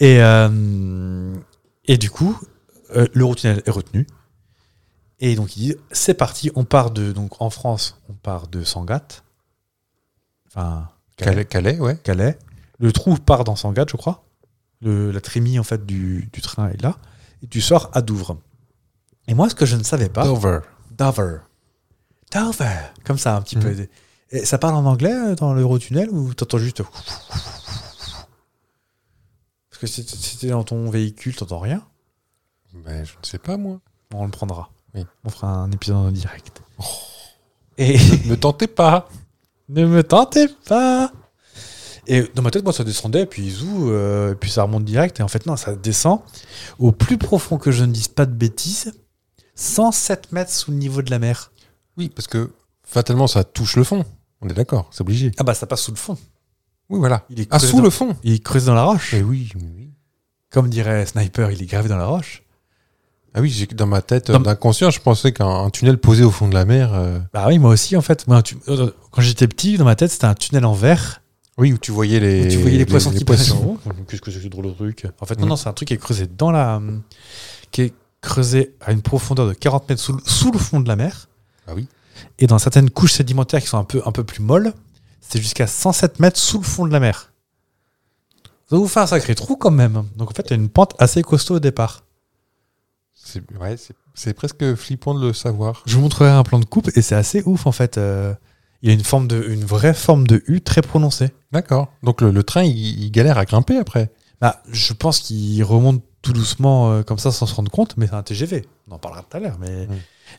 Et, euh, et du coup, euh, l'Eurotunnel est retenu. Et donc, ils disent c'est parti, on part de. Donc, en France, on part de Sangatte. Enfin, Calais, Calais, ouais. Calais. Le trou part dans Sangatte, je crois. Le- la trémie en fait du, du train est là. Et tu sors à Douvres. Et moi, ce que je ne savais pas, Dover. Dover, Dover, comme ça un petit Mhm. peu. Et ça parle en anglais euh, dans l'Eurotunnel ou t'entends juste Parce que si t- si t'es dans ton véhicule, t'entends rien. Ben, je ne sais pas, moi. Bon, on le prendra. Oui. Oh. On fera un épisode en direct. Et Ne tentez pas. ne me tentez pas. Et dans ma tête, moi, ça descendait, puis zou, euh, puis ça remonte direct. Et en fait, non, ça descend au plus profond que je ne dise pas de bêtises, 107 mètres sous le niveau de la mer. Oui, parce que fatalement, ça touche le fond. On est d'accord, c'est obligé. Ah bah, ça passe sous le fond. Oui, voilà. Il est Ah, creusé sous dans- le fond Il creuse dans la roche. Eh oui, oui, oui. Comme dirait Sniper, il est gravé dans la roche. Ah oui, j'ai- dans ma tête Dans- euh, d'inconscient, je pensais qu'un un tunnel posé au fond de la mer. euh, Bah oui, moi aussi, en fait. Moi, tu- euh, Quand j'étais petit, dans ma tête, c'était un tunnel en verre. Oui, où tu voyais les. où tu voyais les, poissons les qui poissons. passaient. Qu'est-ce que c'est que ce drôle de truc En fait, non, Mhm. non, c'est un truc qui est creusé dans la. hum, qui est creusé à une profondeur de 40 mètres sous, le- sous le fond de la mer. Ah oui. Et dans certaines couches sédimentaires qui sont un peu, un peu plus molles, c'est jusqu'à 107 mètres sous le fond de la mer. Ça vous fait un sacré trou quand même. Donc en fait, il y a une pente assez costaud au départ. C'est ouais, c'est- c'est presque flippant de le savoir. Je vous montrerai un plan de coupe et c'est assez ouf en fait. Euh, il y a une, forme de, une vraie forme de U très prononcée. D'accord. Donc le, le train, il, il galère à grimper après. Bah, je pense qu'il remonte tout doucement euh, comme ça sans se rendre compte, mais c'est un TGV. On en parlera tout à l'heure. Mais Mm.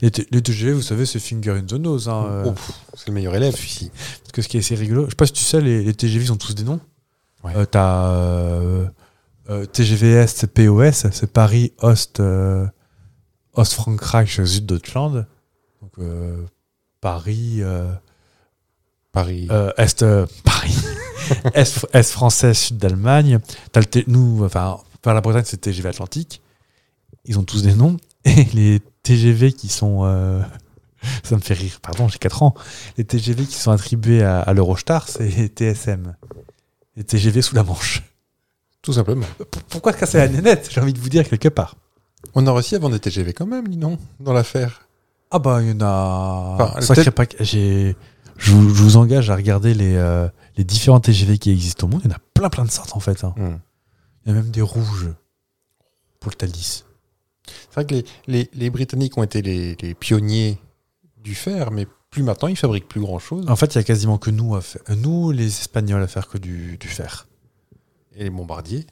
les, T- les TGV, vous savez, c'est finger in the nose. hein, euh, Oh, pff, c'est le meilleur élève, celui-ci. parce que ce qui est assez rigolo, je sais pas si tu sais, les, les TGV ils ont tous des noms. Ouais. Euh, T'as euh, euh, TGV Est, POS, c'est Paris Ost, euh, Ost Frankreich Süddeutschland. Donc euh, Paris. euh, Paris. euh, Est euh, Paris, Est, Est français, Sud d'Allemagne. T'as le T- Nous, enfin, par la Bretagne, c'est TGV Atlantique. Ils ont tous des noms. Et les TGV qui sont. euh, ça me fait rire, pardon, j'ai 4 ans. Les TGV qui sont attribués à, à l'Eurostar, c'est TSM. Les TGV sous la Manche. Tout simplement. P- Pourquoi se casser la nénette J'ai envie de vous dire quelque part. On a réussi à vendre des TGV quand même, dis non, dans l'affaire. Ah bah, il y en a. Enfin, Sacré peut-être- pack. J'ai. Je vous, je vous engage à regarder les, euh, les différents TGV qui existent au monde. Il y en a plein, plein de sortes en fait. hein. Hmm. Il y a même des rouges pour le Thalys. C'est vrai que les, les, les Britanniques ont été les, les pionniers du fer, mais plus maintenant, ils fabriquent plus grand-chose. En fait, il y a quasiment que nous à faire. euh, Nous, les Espagnols, à faire que du, du fer. Et les bombardiers,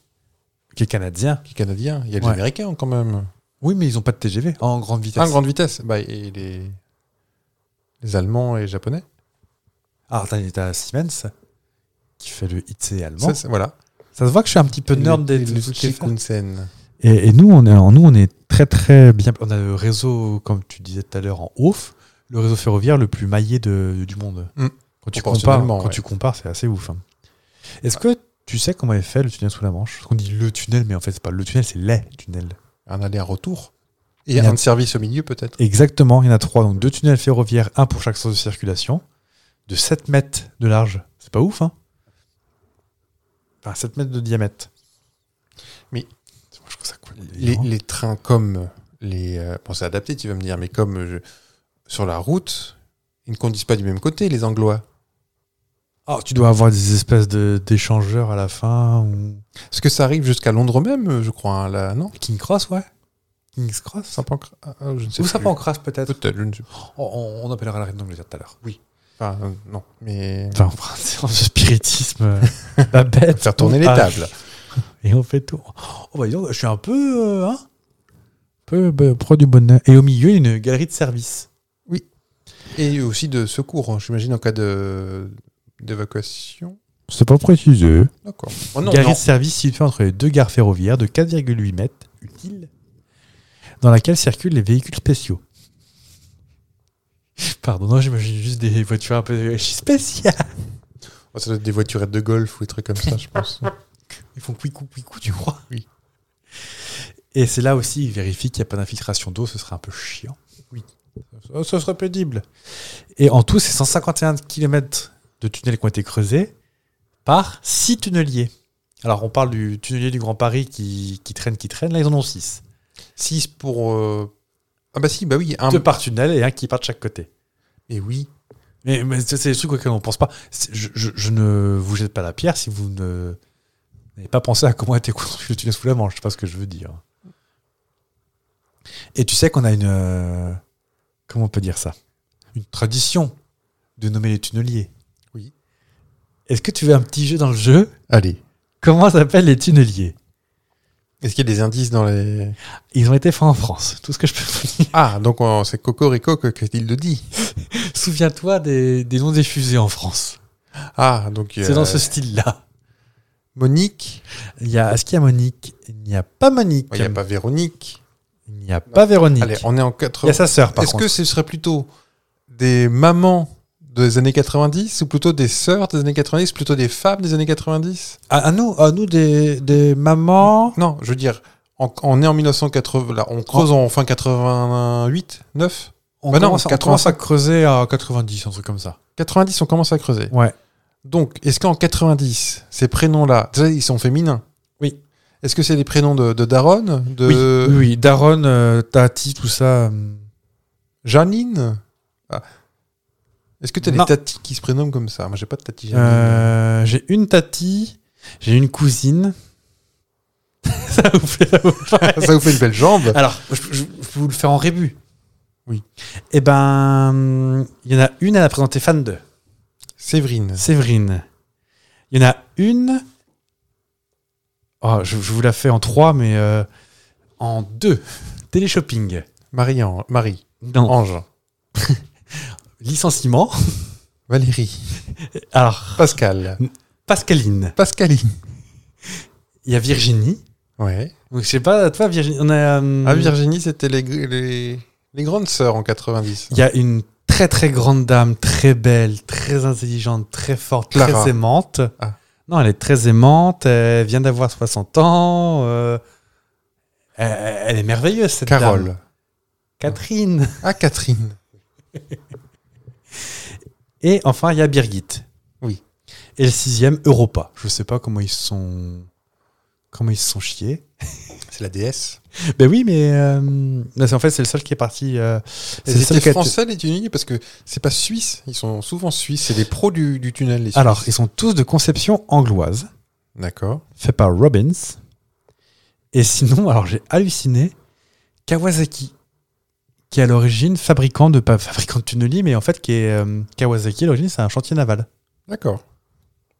Qui est canadien. les Canadiens, il y a les Ouais. Américains quand même. Oui, mais ils n'ont pas de TGV en grande vitesse. Ah, grande vitesse. Bah, et les... les Allemands et les Japonais. Ah, t'as- t'as Siemens qui fait le IC allemand. Ça, Ça, c'est- voilà. se voit que je suis un petit peu nerd Et des le- de le tout ce qui est fait. Shinkansen. Et, et nous, on est, nous, on est très très bien. On a le réseau, comme tu disais tout à l'heure, en off, le réseau ferroviaire le plus maillé de- du monde. Mm. Quand tu compares, Proportionnellement, quand ouais. tu compares, c'est assez ouf. hein. Est-ce que tu sais comment est fait le tunnel sous la Manche Parce qu'on dit le tunnel, mais en fait, c'est pas le tunnel, c'est les tunnels. Un aller-retour. Il y Et a- un de service au milieu, peut-être. Exactement, il y en a trois. Donc deux tunnels ferroviaires, un pour chaque sens de circulation, de 7 mètres de large. C'est pas ouf, hein Enfin, 7 mètres de diamètre. Mais- Moi, je trouve ça cool. Les, les trains comme les. euh, bon, c'est adapté, tu vas me dire, mais comme euh, je- sur la route, ils ne conduisent pas du même côté, les Anglois. Ah, tu dois avoir des espèces de- d'échangeurs à la fin. Ou... Est-ce que ça arrive jusqu'à Londres même, euh, je crois, hein, là, non King Cross, ouais. King's Cross Saint-Pancras ah, ah, Je ne sais Ou plus. ça Pancras, peut-être Peut-être, je ne sais pas. on, on- on appellera la reine d'Angleterre tout à l'heure. Enfin, euh, non, mais. Enfin, on fera une séance de spiritisme. euh, la bête. Faire tourner les Ah, tables. Et on fait tout. Oh, bah, dis donc, je suis un peu. euh, hein, un peu bah, pro du bonheur. Et au milieu, il y a une galerie de service. Et aussi de secours, hein, j'imagine, en cas de d'évacuation. C'est pas précisé. D'accord. Oh, non, galerie non. de service située entre les deux gares ferroviaires de 4,8 mètres, une île, dans laquelle circulent les véhicules spéciaux. Pardon, non, j'imagine juste des voitures un peu spéciales. Oh, Ça doit être des voiturettes de golf ou des trucs comme ça, je pense. Ils font couicou, couicou, tu crois Oui. Et c'est là aussi, ils vérifient qu'il n'y a pas d'infiltration d'eau, ce serait un peu chiant. Oui. Ça, ça serait pénible. Et en tout, c'est 151 km de tunnels qui ont été creusés par 6 tunneliers. Alors, on parle du tunnelier du Grand Paris qui, qui traîne, qui traîne. Là, ils en ont 6. 6 pour. euh, Ah bah si, bah oui. Un... deux par tunnel et un qui part de chaque côté. Et oui. Mais, mais ça, c'est des trucs auxquels on ne pense pas. C'est- Je, je- je ne vous jette pas la pierre si vous ne n'avez pas pensé à comment a été construit le tunnel sous la Manche. Je sais pas ce que je veux dire. Et tu sais qu'on a une. euh, comment on peut dire ça Une tradition de nommer les tunneliers. Oui. Est-ce que tu veux un petit jeu dans le jeu Allez. Comment s'appellent les tunneliers Est-ce qu'il y a des indices dans les. Ils ont été faits en France. Tout ce que je peux vous dire. Ah, donc on- c'est Cocorico que- qu'il le dit. Souviens-toi des, des noms des fusées en France. Ah, donc. C'est dans ce style-là. Monique. Il y a, est-ce qu'il y a Monique Il n'y a pas Monique. Il n'y a pas Véronique. Il n'y a pas Véronique. Allez, on est en Il y a 80. sa sœur, par Est-ce contre. que ce serait plutôt des mamans des années 90 ou plutôt des sœurs des années 90, plutôt des femmes des années 90 à, à Ah, nous, à nous des, des mamans. Non, je veux dire, en- on est en 1980, là, on creuse en fin 88, 9 On, Bah non, commence, on 85. commence à creuser à 90, un truc comme ça. 90, on commence à creuser. Ouais. Donc, est-ce qu'en 90, ces prénoms-là, déjà, ils sont féminins Oui. Est-ce que c'est des prénoms de, de Daronne De Oui, oui, oui. Daron, euh, Tati, tout ça. hum. Janine Ah. Est-ce que tu as Non. des tatis qui se prénomment comme ça Moi, j'ai pas de tati Janine. Euh, j'ai une Tati, j'ai une cousine. ça vous fait ça vous fait- Ça vous fait une belle jambe Alors, je, je- je peux vous le faire en rébut. Oui. Eh ben, hum, il y en a une, elle a présenté fan 2. Séverine. Séverine. Il y en a une. Oh, je, je vous la fais en trois, mais euh, en deux. Téléshopping. Marie, An- Marie. Non. Ange. Licenciement. Valérie. Alors, Pascal. Pascaline. Pascaline. Il y a Virginie. Ouais. Donc, je sais pas, toi, Virginie. On a. euh, Ah, Virginie, c'était les, les, les grandes sœurs en 90. Il y a une très très grande dame, très belle, très intelligente, très forte, Clara. très aimante. Ah. Non, elle est très aimante, elle vient d'avoir 60 ans. euh, elle, elle est merveilleuse, cette Carole. dame. Catherine. Ah, Catherine. Et enfin, il y a Birgit. Oui. Et le sixième, Europa. Je sais pas comment ils se sont. Comment ils se sont chiés. C'est la déesse. Ben oui, mais. euh, là, c'est- en fait, c'est le seul qui est parti. euh, c'est le seul qui C'était a- français, les tunneliers, parce que c'est pas suisse. Ils sont souvent suisses. C'est des pros du, du tunnel, les Suisses. Alors, ils sont tous de conception angloise, D'accord. fait par Robbins. Et sinon, alors j'ai halluciné, Kawasaki, qui est à l'origine fabricant de. Pas fabricant de tunneliers, mais en fait, qui est. euh, Kawasaki, à l'origine, c'est un chantier naval. D'accord.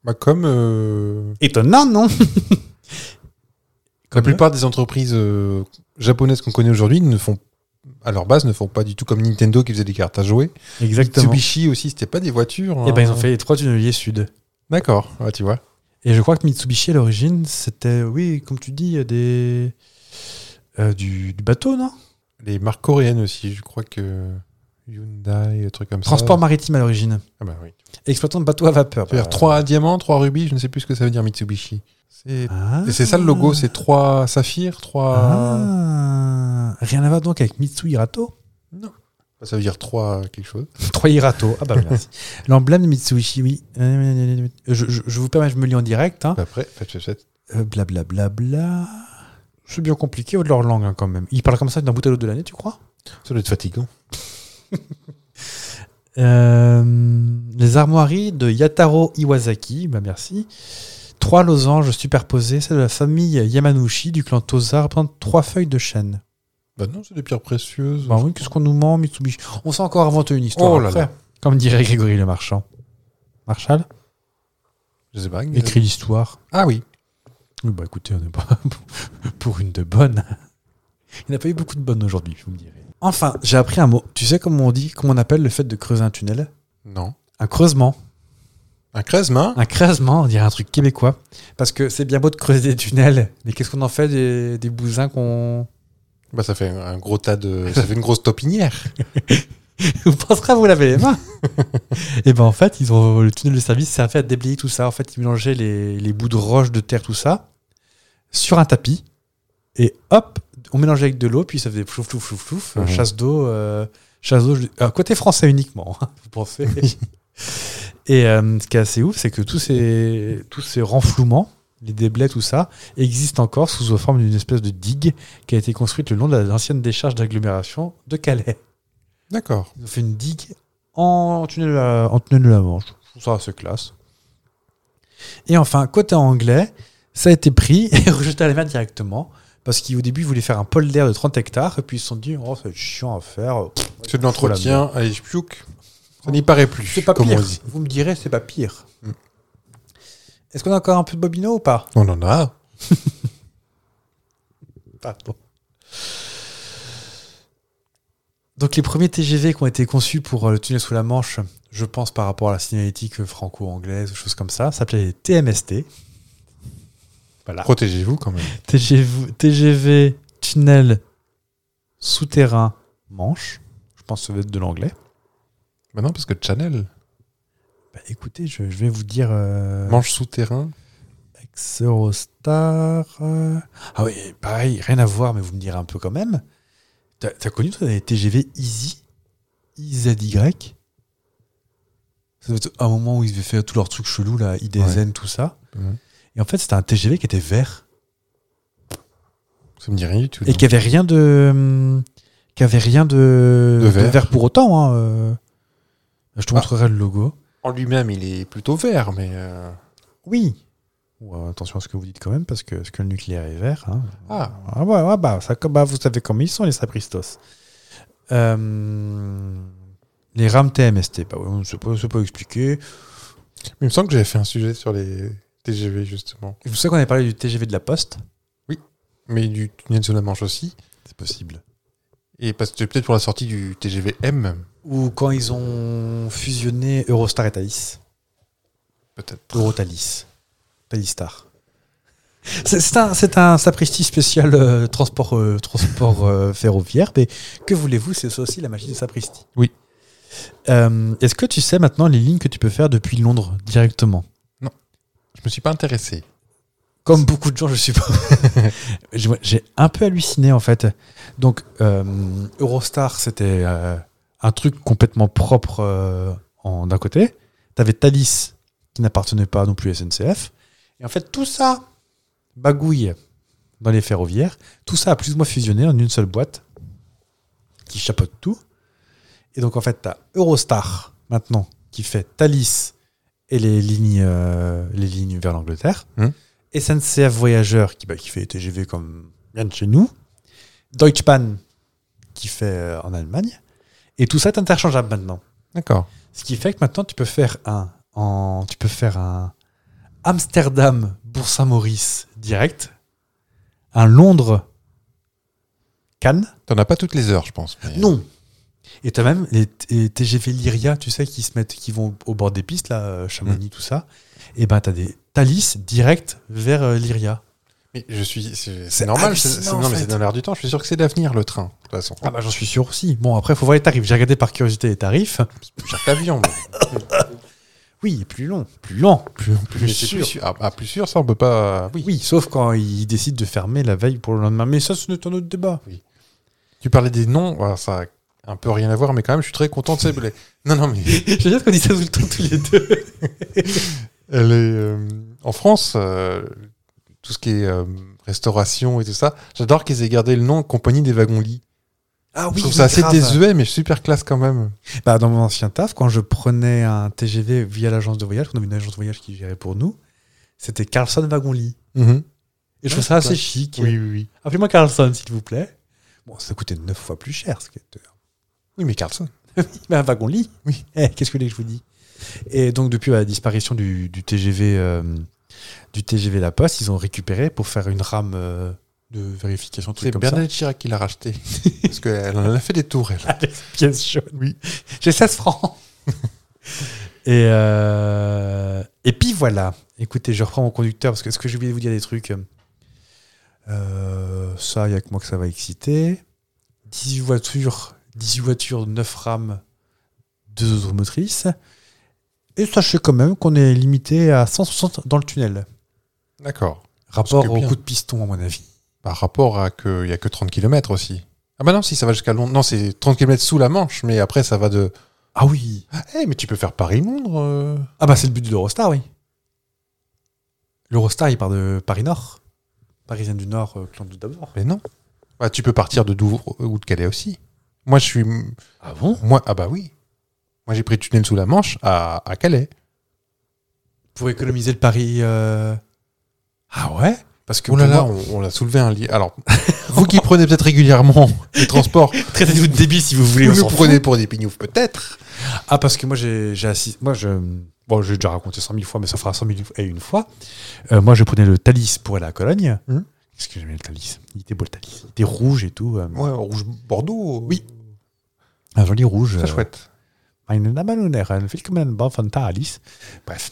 Bah, comme euh, Étonnant, non la plupart des entreprises euh, japonaises qu'on connaît aujourd'hui ne font à leur base ne font pas du tout comme Nintendo qui faisait des cartes à jouer. Exactement. Mitsubishi aussi, c'était pas des voitures. Et hein. ben, ils ont fait les trois tunneliers sud. D'accord. Ah, tu vois. Et je crois que Mitsubishi à l'origine, c'était, oui, comme tu dis, des, euh, du, du bateau, non Les marques coréennes aussi, je crois que Hyundai, un truc comme Transport ça. maritime à l'origine. Ah bah oui. Exploitant de bateaux à vapeur. C'est-à-dire 3 diamants, 3 rubis, je ne sais plus ce que ça veut dire Mitsubishi. C'est Ah. et c'est ça le logo, c'est 3 saphirs, 3 Ah. Rien à voir donc avec Mitsu Hirato ça veut dire 3 quelque chose. 3 Hirato. Ah bah merci. L'emblème de Mitsubishi, oui. Euh, Je, je- je vous permets, je me lis en direct. hein. Après, faites faites, faites. Euh, Blablabla. C'est bien compliqué de leur langue hein, quand même. Ils parlent comme ça d'un bout à l'autre de l'année, tu crois ça doit être fatigant. Euh, les armoiries de Yataro Iwasaki, bah merci. Trois losanges superposés, celle de la famille Yamanouchi du clan Tosa, représentent trois feuilles de chêne. Bah non, c'est des pierres précieuses. Bah oui, qu'est-ce qu'on nous ment, Mitsubishi On s'est encore inventé une histoire. Oh là après, là. Comme dirait Grégory le Marchand. Marshall Je sais pas. Écrit l'histoire. Ah oui. Oui, bah écoutez, on n'est pas pour- pour une de bonne. Il n'y en a pas eu beaucoup de bonnes aujourd'hui, vous me direz. Enfin, j'ai appris un mot. Tu sais comment on dit, comment on appelle le fait de creuser un tunnel Non. Un creusement. Un Kresma Un creusement, on dirait un truc québécois. Parce que c'est bien beau de creuser des tunnels, mais qu'est-ce qu'on en fait des, des bousins qu'on. Bah ça fait un gros tas de ça fait une grosse topinière. Vous penserez à vous laver les mains Et ben en fait, ils ont, le tunnel de service servait à déblayer tout ça. En fait, ils mélangeaient les, les bouts de roche, de terre, tout ça, sur un tapis. Et hop, on mélangeait avec de l'eau, puis ça faisait flouf, flouf, flouf, flouf, Mhm. chasse d'eau, euh, chasse d'eau. je- euh, côté français uniquement, hein, vous pensez Et euh, ce qui est assez ouf, c'est que tous ces, tous ces renflouements, les déblais, tout ça, existent encore sous la forme d'une espèce de digue qui a été construite le long de la- l'ancienne décharge d'agglomération de Calais. D'accord. Ils ont fait une digue en tunnel de la, en tunnel de la Manche. Je trouve Ça, c'est classe. Et enfin, côté anglais, ça a été pris et rejeté à la mer directement. Parce qu'au début, ils voulaient faire un pôle d'air de 30 hectares. Et puis ils se sont dit, oh, c'est chiant à faire. C'est de l'entretien, allez, Oh. je piouk. Ça n'y paraît plus. C'est pas comme on pire. dit. Vous me direz, c'est pas pire. Hmm. Est-ce qu'on a encore un peu de bobino ou pas On en a. Pardon. Donc les premiers TGV qui ont été conçus pour euh, le tunnel sous la Manche, je pense par rapport à la signalétique euh, franco-anglaise ou choses comme ça, s'appelaient les TMST. Voilà. Protégez-vous quand même. TGV, TGV tunnel souterrain Manche. Je pense que ça va être de l'anglais. Bah non, parce que Chanel, Bah, écoutez, je, je vais vous dire... euh, manche souterrain. Ex-Eurostar. euh. Ah oui, pareil, rien à voir, mais vous me direz un peu quand même. T'as t'as connu, toi, les TGV Easy IZY Ça doit être un moment où ils devaient faire tous leurs trucs chelous, là, IDZN, tout ça. Mhm. Et en fait, c'était un TGV qui était vert. Ça me dit rien du tout. Et non. qui avait rien de. hum, Qui avait rien de. De vert. pour autant. hein, euh. Je te Ah. montrerai le logo. En lui-même, il est plutôt vert, mais. euh, Oui. Ou, euh, attention à ce que vous dites quand même, parce que, parce que le nucléaire est vert. hein. Ah, Ah ouais, ouais, bah, ça, bah, vous savez comment ils sont, les sapristos. Euh, les rames TMST, bah, ouais, on ne sait pas, c'est pas expliquer. il me semble que j'avais fait un sujet sur les TGV, justement. Vous savez qu'on avait parlé du TGV de la Poste Mais du tunnel sous la Manche aussi. C'est possible. Et parce que c'était peut-être pour la sortie du TGV M, Ou quand ils ont fusionné Eurostar et Thalys. peut-être. Oh, Eurothalys. Thalys Star. C'est c'est un, c'est un sapristi spécial euh, transport, euh, transport euh, ferroviaire, mais que voulez-vous, c'est ça aussi la magie du sapristi. Oui. Euh, Est-ce que tu sais maintenant les lignes que tu peux faire depuis Londres directement Je me suis pas intéressé. Comme beaucoup de gens, je suppose. J'ai- J'ai un peu halluciné en fait. Donc, euh, Eurostar, c'était euh, un truc complètement propre euh, en- d'un côté. T'avais Thalys, qui n'appartenait pas non plus à SNCF. Et en fait, tout ça bagouille dans les ferroviaires. Tout ça a plus ou moins fusionné en une seule boîte qui chapeaute tout. Et donc, en fait, t'as Eurostar maintenant qui fait Thalys et les lignes, euh, les lignes vers l'Angleterre. Hum. SNCF Voyageurs qui, bah, qui fait TGV comme bien de chez nous. Deutsche Bahn qui fait euh, en Allemagne. Et tout ça est interchangeable maintenant. D'accord. Ce qui fait que maintenant tu peux faire un, en, tu peux faire un Amsterdam Bourg-Saint-Maurice direct, un Londres Cannes. T'en as pas toutes les heures, je pense. mais- Non. Et t'as même les, t- les TGV Lyria, tu sais, qui se mettent, qui vont au bord des pistes là, euh, Chamonix, tout ça. Et ben t'as des Thalys direct vers euh, Lyria. Mais je suis, c'est C'est c'est normal, c'est hallucinant, c'est- non, en mais fait. c'est dans l'air du temps. Je suis sûr que c'est l'avenir, le train, de toute façon. Ah bah j'en suis sûr aussi. Bon après faut voir les tarifs. J'ai regardé par curiosité les tarifs. Plus cher que l'avion, mais- Oui, plus long, plus lent, plus, plus mais c'est sûr. plus sûr. Ah, ah, plus sûr, ça, on peut pas. Oui. Oui. sauf quand ils décident de fermer la veille pour le lendemain. Mais ça, ce n'est un autre débat. Tu parlais des noms, voilà, ça a un peu rien à voir, mais quand même, je suis très content de ces blés. Non, non, mais J'aime bien qu'on dit ça tout le temps tous les deux. elle est, euh, en France, euh, tout ce qui est euh, restauration et tout ça, j'adore qu'ils aient gardé le nom Compagnie des wagons-lits. Ah je trouve ça assez désuet, mais super classe quand même. Bah, dans mon ancien taf, quand je prenais un TGV via l'agence de voyage, on avait une agence de voyage qui gérait pour nous, c'était Carlson Wagonlit. Mhm. Et je trouve ça assez Ouais. chic. Oui, oui, oui. Appelez-moi Carlson, s'il vous plaît. Bon, ça coûtait 9 fois plus cher, ce qui euh, était Oui, mais Carlson. Mais un wagon lit Oui. Eh, Qu'est-ce que vous voulez que je vous dis Et donc, depuis la disparition du, du TGV, euh, du TGV La Poste, ils ont récupéré pour faire une rame euh, de vérification, C'est truc comme Bernadette Chirac qui l'a racheté. parce qu'elle en a fait des tours, elle. ça. Alex, pièce jaune. Oui. J'ai 16 francs. et, euh, et puis voilà. Écoutez, je reprends mon conducteur parce que ce que j'ai oublié de vous dire des trucs. Euh, ça, il n'y a que moi que ça va exciter. 18 voitures, 18 voitures, 9 rames, 2 automotrices. Et sachez quand même qu'on est limité à 160 dans le tunnel. D'accord. Rapport que au bien. coup de piston, à mon avis. Par rapport à qu'il n'y a que 30 km aussi. Ah bah non, si, ça va jusqu'à Londres. Non, c'est 30 km sous la Manche, mais après, ça va de. Ah oui. Ah, eh, mais tu peux faire Paris-Londres euh. Ah bah c'est le but de l'Eurostar, oui. L'Eurostar, il part de Paris Nord. Parisien du Nord, euh, Clan de d'abord. Mais non. Bah, tu peux partir de Douvres ou de Calais aussi. Moi, je suis. Ah bon Moi, ah bah oui. Moi, j'ai pris le tunnel sous la Manche à, à Calais. Pour économiser le Paris. euh, Ah ouais Parce que. Oh là pour là, moi- on, on a soulevé un lit. Alors, vous qui prenez peut-être régulièrement les transports, Traitez-vous de débit si vous voulez. vous on nous s'en fout. prenez pour des pignoufs peut-être. Ah, parce que moi, j'ai j'ai assisté. Moi, je. Bon, j'ai déjà raconté 100 000 fois, mais ça fera 100 000 et une fois. Euh, moi, je prenais le Thalys pour aller à Cologne. Hum. Qu'est-ce que j'aimais le Thalys Il était beau le Thalys. Il était rouge et tout. euh, Ouais, rouge Bordeaux. euh, Oui. Un joli rouge. Très euh, chouette. Einen Namen und Ehren, willkommen beim von Thalys. Bref.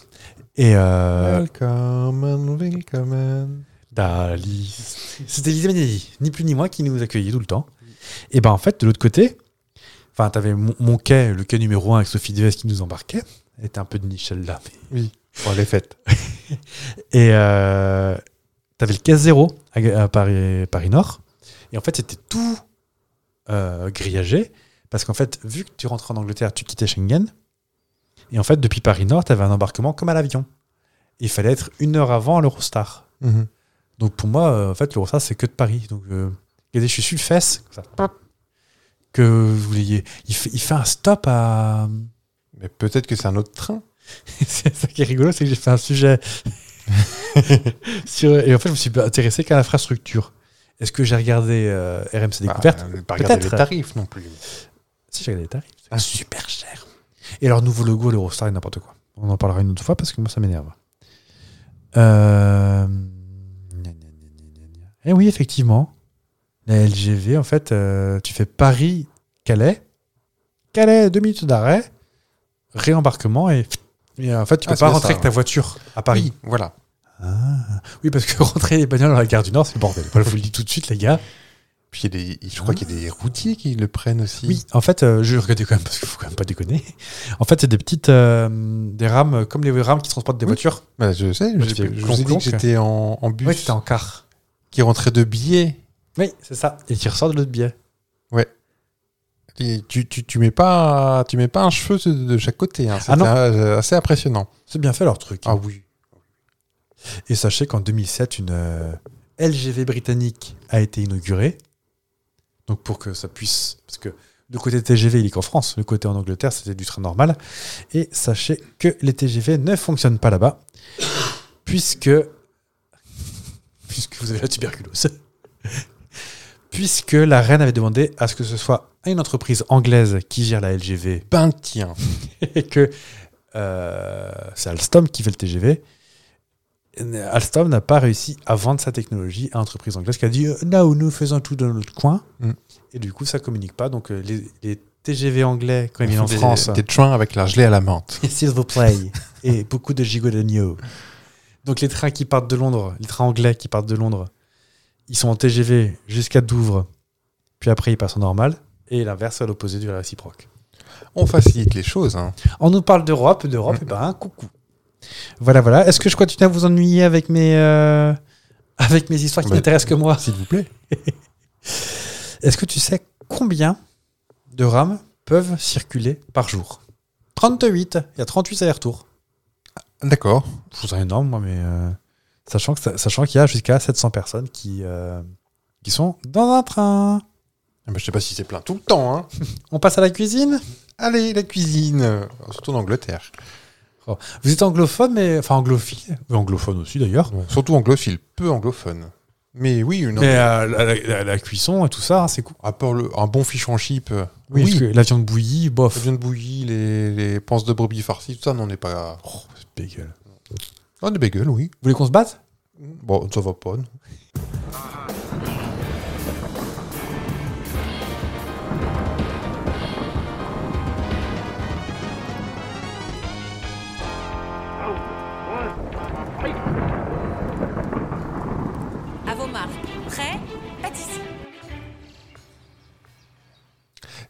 Et. Euh... Welcome and welcome. and- Dalis. C'était Lisa Minnelli, ni plus ni moins, qui nous accueillait tout le temps. Et ben en fait, de l'autre côté, enfin, t'avais mon, mon quai, le quai numéro 1 avec Sophie Deves qui nous embarquait. Elle était un peu de niche là. Oui. Oh, Bon, les fêtes. Et euh, t'avais le quai 0 à, Ga- à Paris, Paris Nord. Et en fait, c'était tout euh, grillagé. Parce qu'en fait, vu que tu rentres en Angleterre, tu quittais Schengen. Et en fait, depuis Paris Nord, t'avais un embarquement comme à l'avion. Il fallait être une heure avant à l'Eurostar. Mhm. Donc pour moi, euh, en fait, l'Eurostar, c'est que de Paris. Donc euh, regardez, je suis sur le fesse, comme ça. Que vous l'ayez. Il fait, il fait un stop à. Mais peut-être que c'est un autre train. c'est ça qui est rigolo, c'est que j'ai fait un sujet. sur... Et en fait, je me suis intéressé qu'à l'infrastructure. Est-ce que j'ai regardé euh, RMC Découverte Bah, euh, pas regarder Peut-être. les tarifs non plus. Si j'ai regardé les tarifs, c'est Ah. super cher. Et leur nouveau logo, l'Eurostar, et n'importe quoi. On en parlera une autre fois parce que moi, ça m'énerve. Euh... Et Eh oui, effectivement, la LGV, en fait, euh, tu fais Paris-Calais, Calais, deux minutes d'arrêt, réembarquement et, et euh, en fait, tu Ah, peux c'est pas bien rentrer ça, avec ta voiture à Paris. Oui, voilà. Ah. Oui, parce que rentrer les bagnoles dans la gare du Nord, c'est le bordel. Voilà, Je vous le dis tout de suite, les gars. Puis il y a des- je crois qu'il y a des routiers qui le prennent aussi. Ah. Oui, en fait, euh, je regardais quand même, parce qu'il faut quand même pas déconner. En fait, c'est des petites euh, des rames, comme les rames qui transportent des Oui. voitures. Bah, je sais, Moi, je, j'étais je vous ai dit clonk. que j'étais en, en bus Oui, c'était en car. qui rentrait de billets. Oui, c'est ça. Et qui ressort de l'autre biais. Et tu, tu, tu mets pas tu mets pas un cheveu de, de chaque côté. hein. C'était Ah non. euh, assez impressionnant. C'est bien fait leur truc. Ah oui. Et sachez qu'en 2007, une euh, LGV britannique a été inaugurée. Donc pour que ça puisse... Parce que le côté TGV, il est qu'en France. Le côté en Angleterre, c'était du train normal. Et sachez que les TGV ne fonctionnent pas là-bas. Puisque... Puisque vous avez la tuberculose. Puisque la reine avait demandé à ce que ce soit une entreprise anglaise qui gère la LGV Ben tiens. et que euh, c'est Alstom qui fait le TGV. Alstom n'a pas réussi à vendre sa technologie à entreprise anglaise qui a dit euh, là où nous faisons tout dans notre coin Mm. et du coup ça communique pas donc euh, les, les TGV anglais quand ils viennent en Des- France euh, Des trains avec la gelée à la menthe. s'il vous plaît et beaucoup de gigots d'agneau Donc les trains qui partent de Londres, les trains anglais qui partent de Londres, ils sont en TGV jusqu'à Douvres, puis après ils passent en normal, et l'inverse à l'opposé du réciproque. On facilite les choses. hein. On nous parle d'Europe, d'Europe, et ben coucou. Voilà, voilà. Est-ce que je continue à vous ennuyer avec mes, euh, avec mes histoires qui Bah, n'intéressent que moi S'il vous plaît. Est-ce que tu sais combien de rames peuvent circuler par jour 38. Il y a 38 allers-retours. D'accord. Je trouve ça énorme, moi, mais euh, sachant que ça- sachant qu'il y a jusqu'à 700 personnes qui, euh, qui sont dans un train. Ah bah, je sais pas si c'est plein tout le temps. hein. On passe à la cuisine Allez, la cuisine. euh, Surtout en Angleterre. Vous êtes anglophone, mais enfin anglophile, ou anglophone aussi d'ailleurs. Surtout anglophile, peu anglophone. Mais oui, une... Mais euh, la, la- la- la cuisson et tout ça, hein, c'est cool. à part le- un bon fish en chip. euh, Oui, parce que la viande bouillie, La bof. viande bouillie, les, les panses de brebis farcies, tout ça, non, on n'est pas. Oh, c'est dégueulasse. Ah, des bagels, oui. Vous voulez qu'on se batte Bon, ça va pas. non. À vos marques. Prêt Pâtissier.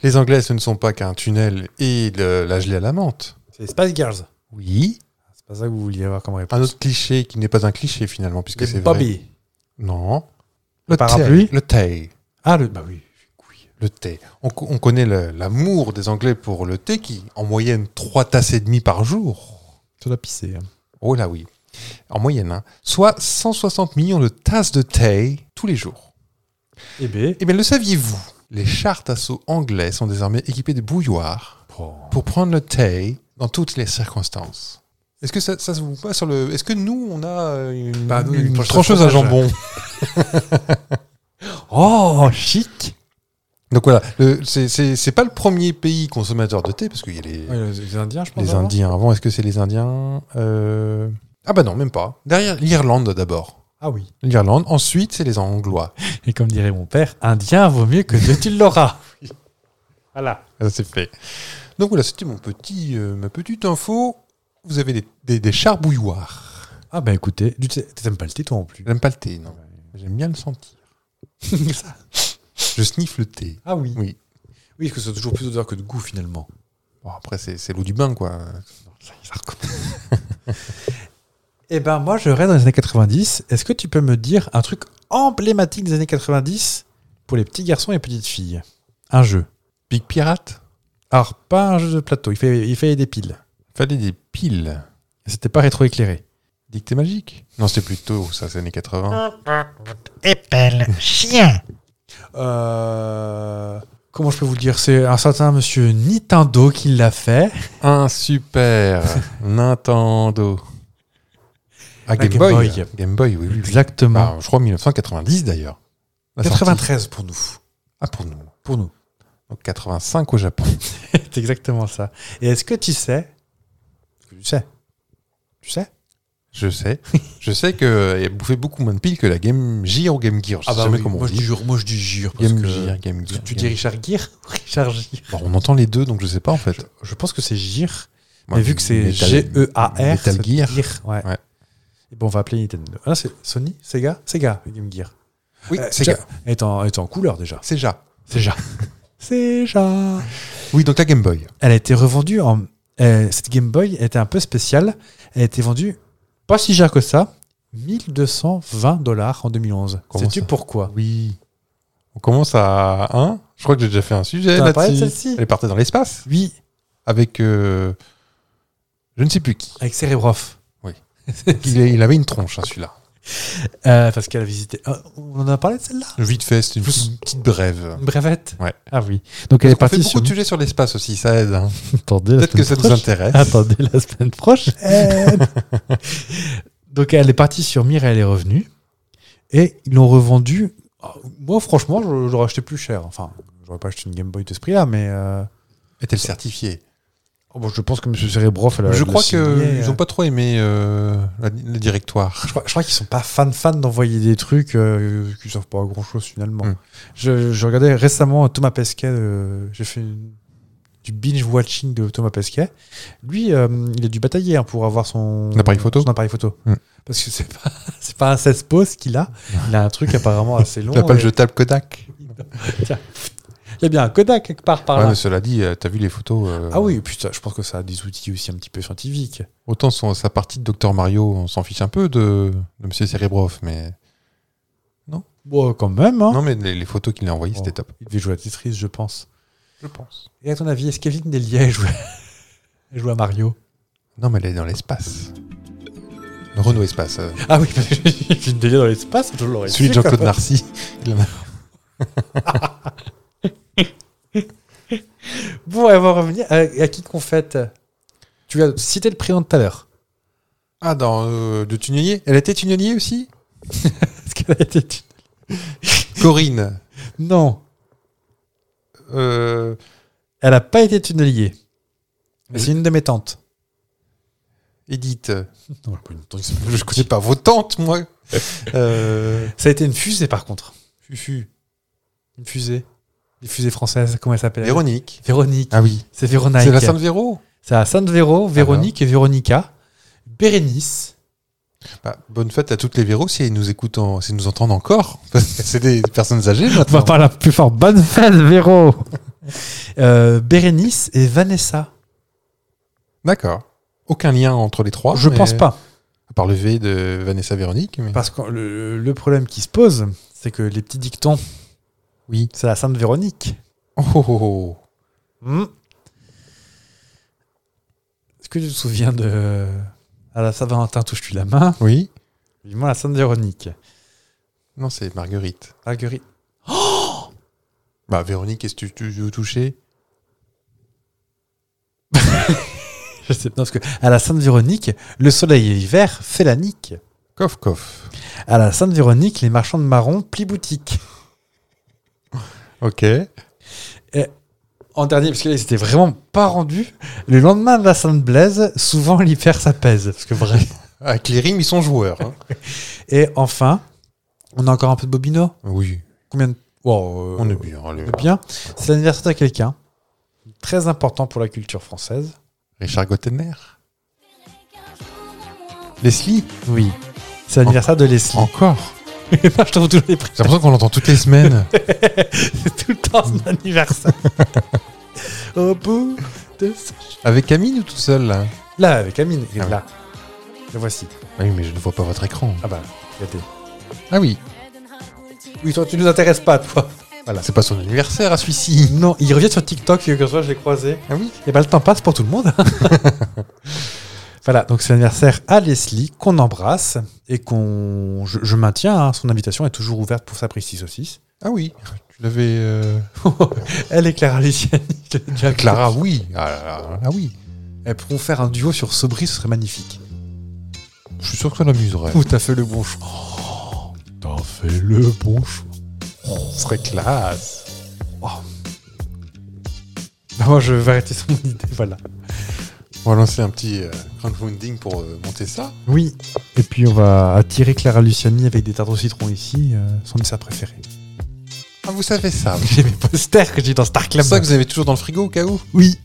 Les Anglais, ce ne sont pas qu'un tunnel et de la gelée à la menthe. C'est les Spice Girls. Oui. C'est pas ça que vous vouliez avoir comme réponse. Un autre cliché qui n'est pas un cliché finalement, puisque Les c'est vrai. Bobby. Non. Le thé. parapluie Le thé. Ah, le. Bah oui. Le thé. On, co- on connaît le- l'amour des Anglais pour le thé qui, en moyenne, trois tasses et demie par jour. Ça doit pisser. hein. Oh là oui. En moyenne, hein. Soit 160 millions de tasses de thé tous les jours. Eh ben. Eh bien, le saviez-vous Les chars tasseaux anglais sont désormais équipés de bouilloires Oh. pour prendre le thé dans toutes les circonstances. Est-ce que ça, ça se vous passe sur le. Est-ce que nous, on a euh, une, Bah, nous, une une planche à trancheuse à fromage. jambon Oh, chic Donc voilà, le- c'est- c'est c'est pas le premier pays consommateur de thé, parce qu'il y a les, Les Indiens, je pense. hein, les Indiens avant. Est-ce que c'est les Indiens Euh, Ah bah non, même pas. Derrière l'Irlande d'abord. Ah oui. L'Irlande, ensuite c'est les Anglois. Et comme dirait mon père, Indien vaut mieux que de tu l'auras. voilà. Ça c'est fait. Donc voilà, c'était mon petit, euh, ma petite info. Vous avez des, des, des chars bouilloires. Ah bah écoutez, tu sais- t'aimes pas le thé toi en plus. J'aime pas le thé, non. J'aime bien le sentir. Je sniffe le thé. Ah oui. Oui. Oui, parce que c'est toujours plus d'odeur que de goût finalement. Bon, après, c'est c'est l'eau du bain, quoi. Eh ben moi je reste dans les années 90. Est-ce que tu peux me dire un truc emblématique des années 90 pour les petits garçons et petites filles Un jeu. Big Pirate Alors pas un jeu de plateau, il fait, il fait des piles. Fallait des piles. C'était pas rétroéclairé. Dictée magique Non, c'était plutôt ça, c'est années 80. Euh, Comment je peux vous le dire C'est un certain monsieur Nintendo qui l'a fait. Un super Nintendo. Ah, La Game, Game Boy. Boy. Game Boy, oui, oui. oui. Exactement. Ah, je crois 1990 d'ailleurs. La sortie. 93 pour nous. Ah, pour nous. Pour nous. Donc 85 au Japon. C'est exactement ça. Et est-ce que tu sais Tu sais. Tu sais Je sais. je sais qu'elle bouffait beaucoup moins de piles que la Game Gear ou Game Gear. Je sais jamais Ah comment on Ah bah moi je dit. jure, moi je dis jure. Parce Game que Gear, Game Gear. tu Game dis Richard Gere Richard Gere. Bon, on entend les deux, donc je sais pas en fait. Je pense que c'est Gire, Moi, mais vu que c'est Metal- G-E-A-R, Metal c'est Gear. Gere, ouais. Ouais. Et bon, on va appeler Nintendo. Ah, c'est Sony Sega Sega, Game Gear. Oui, Euh, c'est tiens, Ga- Est en, est en couleur déjà. c'est Ja. Sega. Sega. Oui, donc la Game Boy. Elle a été revendue en. euh, cette Game Boy était un peu spéciale. Elle a été vendue pas si cher que ça, 1220 dollars en 2011. Comment Sais-tu ça pourquoi Oui. On commence à 1. Je crois que j'ai déjà fait un sujet T'en as parlé de là-dessus. celle-ci Elle partait dans l'espace Oui, avec euh, je ne sais plus qui. avec Cerebrof. Il, est- il avait une tronche, hein, celui-là. Euh, parce qu'elle a visité. Ah, on en a parlé de celle-là Vite fait, c'était une Plus- petite, petite brève. Une brevette Ouais. Ah oui. Donc elle est On fait partie beaucoup sur. de sujets sur l'espace aussi, ça aide. hein. Attendez, la Peut-être que semaine ça nous prochaine. intéresse. Attendez la semaine prochaine. Donc elle est partie sur Mire, elle est revenue. Et ils l'ont revendue. Ah, Moi, franchement, je- j'aurais acheté plus cher. Enfin, j'aurais pas acheté une Game Boy de ce prix-là, mais. euh, Était le certifié. oh, bon, je pense que M. Cerebroff, elle a- je elle crois a signé, qu'ils euh, n'ont pas trop aimé euh, la- le directoire. Je crois, je crois qu'ils sont pas fans fans d'envoyer des trucs euh, qui servent pas à grand chose finalement. Mm. Je, je regardais récemment Thomas Pesquet, euh, j'ai fait une- du binge-watching de Thomas Pesquet. Lui, euh, il a dû batailler hein, pour avoir son Un appareil photo son appareil photo. Hmm. Parce que c'est pas, c'est pas un 16 poses qu'il a. Il a un truc apparemment assez long. Tu n'as pas le et- jetable Kodak Il y a bien un Kodak quelque part par Ouais, là. mais Cela dit, euh, t'as vu les photos euh, Ah oui, putain, je pense que ça a des outils aussi un petit peu scientifiques. Autant son- sa partie de Dr Mario, on s'en fiche un peu de, de Monsieur Cerebroff, mais Bon, quand même, hein. non, mais les, les photos qu'il a envoyées, c'était Oh. top. Il devait jouer à Tetris, je pense. Je pense. Et à ton avis, est-ce qu'Evelyne Delia jouait... jouait à Mario Non, mais elle est dans l'espace. Le Renault Espace. euh, Ah oui, parce que Evelyne Delia dans l'espace, je l'aurais celui de su, Jean-Claude quoi. Narcy. Il en a- Bon, elle va revenir. À, à qui qu'on fête Tu as cité le prénom de tout à l'heure. Ah, dans euh, de Tunnelier Elle était Tunnelier aussi Est-ce qu'elle a été tu- Corinne. Non, euh, elle n'a pas été tunnelier. Mais c'est une de mes tantes. Edith. Non, pas une tante, c'est- Je connais pas vos tantes, moi. Euh, Ça a été une fusée, par contre. Fufu. Une fusée. Une fusée française, comment elle s'appelle Véronique. Véronique. Ah oui. C'est Véronique. C'est la Sainte Véro C'est à Sainte Véro, Véronique et Véronica. Bérénice. Bah, bonne fête à toutes les Véros si elles nous écoutent, en- si elles nous entendent encore. Parce que C'est des personnes âgées On va maintenant. parler un peu plus fort. Bonne fête, Véro Euh, Bérénice et Vanessa. D'accord. Aucun lien entre les trois. Je mais- pense pas. À part le V de Vanessa Véronique. Mais... Parce que le, le problème qui se pose, c'est que les petits dictons, Oui. c'est la Sainte Véronique. Oh, oh, oh, oh. Hmm. Est-ce que tu te souviens de. À la Saint-Valentin, touche-tu la main Oui. Vivement la Sainte Véronique. Non, c'est Marguerite. Marguerite. Bah, Véronique, est-ce que tu, tu veux toucher Je sais pas, parce que à la Sainte Véronique, le soleil et l'hiver fait la nique. Coff, coff. À la Sainte Véronique, les marchands de marrons plient boutique. Ok. En dernier, parce que là, ils étaient vraiment pas rendus. Le lendemain de la Sainte Blaise, souvent l'hiver s'apaise. Parce que vrai. Avec les rimes, ils sont joueurs. hein. Et enfin, on a encore un peu de Bobino. oui. Combien de. Wow, euh, On est bien. allez. on est bien. C'est l'anniversaire de quelqu'un. Très important pour la culture française. Richard Gottener. Leslie Oui. C'est l'anniversaire de Leslie. Encore Moi, je trouve toujours les prix. J'ai l'impression qu'on l'entend toutes les semaines. tout le temps son anniversaire. Au bout de ce- Avec Camille ou tout seul là Là, avec Amine. Et Ah oui. là. Le voici. Ah Oui, mais je ne vois pas votre écran. Ah bah, regardez. Ah oui, Oui, toi, tu nous intéresses pas, toi. voilà, Bah, c'est pas son anniversaire à celui-ci. Non, il revient sur TikTok, quelque soit, je l'ai croisé. Ah oui Et ben, le temps passe pour tout le monde. voilà, donc c'est l'anniversaire à Leslie qu'on embrasse et qu'on. Je, je maintiens, hein, son invitation est toujours ouverte pour sa précis saucisse. Ah oui, tu l'avais... euh, Elle est Clara Luciani. je l'ai déjà Clara, oui. Ah, là là, ah oui. Elles pourront faire un duo sur Sobri, ce serait magnifique. Je suis sûr que ça l'amuserait. Ou t'as fait le bon choix. Oh, t'as fait le bon choix. Ce serait classe. Oh. Non, moi, je vais arrêter son idée, voilà. On va lancer un petit euh, crowdfunding pour euh, monter ça. Oui, et puis on va attirer Clara Luciani avec des tartes au citron ici, euh, son dessert préféré. Ah, vous savez ça. vous. J'ai mes posters que j'ai dans Star C'est Club. ça que vous avez toujours dans le frigo au cas où Oui.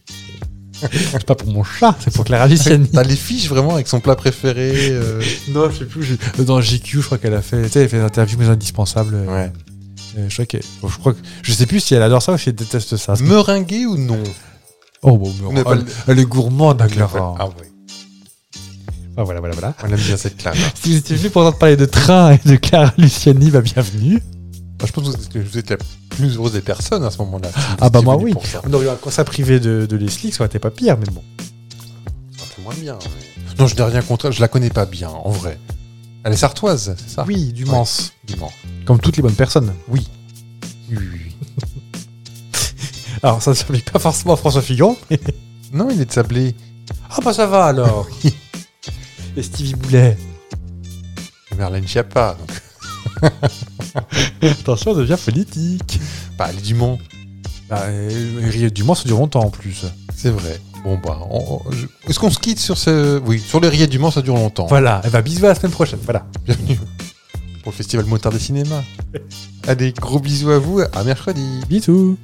c'est pas pour mon chat, c'est pour Clara Luciani. T'as les fiches vraiment avec son plat préféré. euh. non, je sais plus. j'ai- Dans GQ, je crois qu'elle a fait, tu sais, elle fait des interviews mais indispensables. euh, Ouais. euh, je crois que, bon, je crois que, je sais plus si elle adore ça ou si elle déteste ça. Meringué ou non Oh bon, mais- On n'a pas elle, le- elle est gourmande, hein, Clara. Ah oui. Ah, voilà, voilà, voilà. On aime bien cette Clara. Si vous étiez venu pour entendre parler de train et de Clara Luciani, bah bienvenue. Moi, Bah, je pense que vous êtes- que vous êtes la plus heureuse des personnes à ce moment-là. si vous Ah bah étiez moi venu oui. pour ça. On aurait eu un concert privé de, de Leslie, ça aurait été pas pire, mais bon. Ah, c'est moins bien. mais- Non, je n'ai rien contre elle, je la connais pas bien, en vrai. Elle est sartoise, c'est ça Oui, du Mans. Du Mans. Comme toutes les bonnes personnes. Ah. Oui. Oui, oui, oui. Alors ça ne s'applique pas forcément à François Fillon. mais- Non, il est de Sablé. Ah bah ça va alors. Et Stevie Boulet. Merlène Schiappa. donc, Attention, on devient politique. Bah, elle est du Mans. Bah, euh, Riez du Mans, ça dure longtemps en plus. C'est vrai. Bon, bah, on- on- je- est-ce qu'on se quitte sur ce. Oui, sur le Riet du Mans, ça dure longtemps. Voilà, et bah bisous à la semaine prochaine. Voilà. Bienvenue pour le Festival Motard des Cinémas. Allez, gros bisous à vous, à mercredi. Bisous.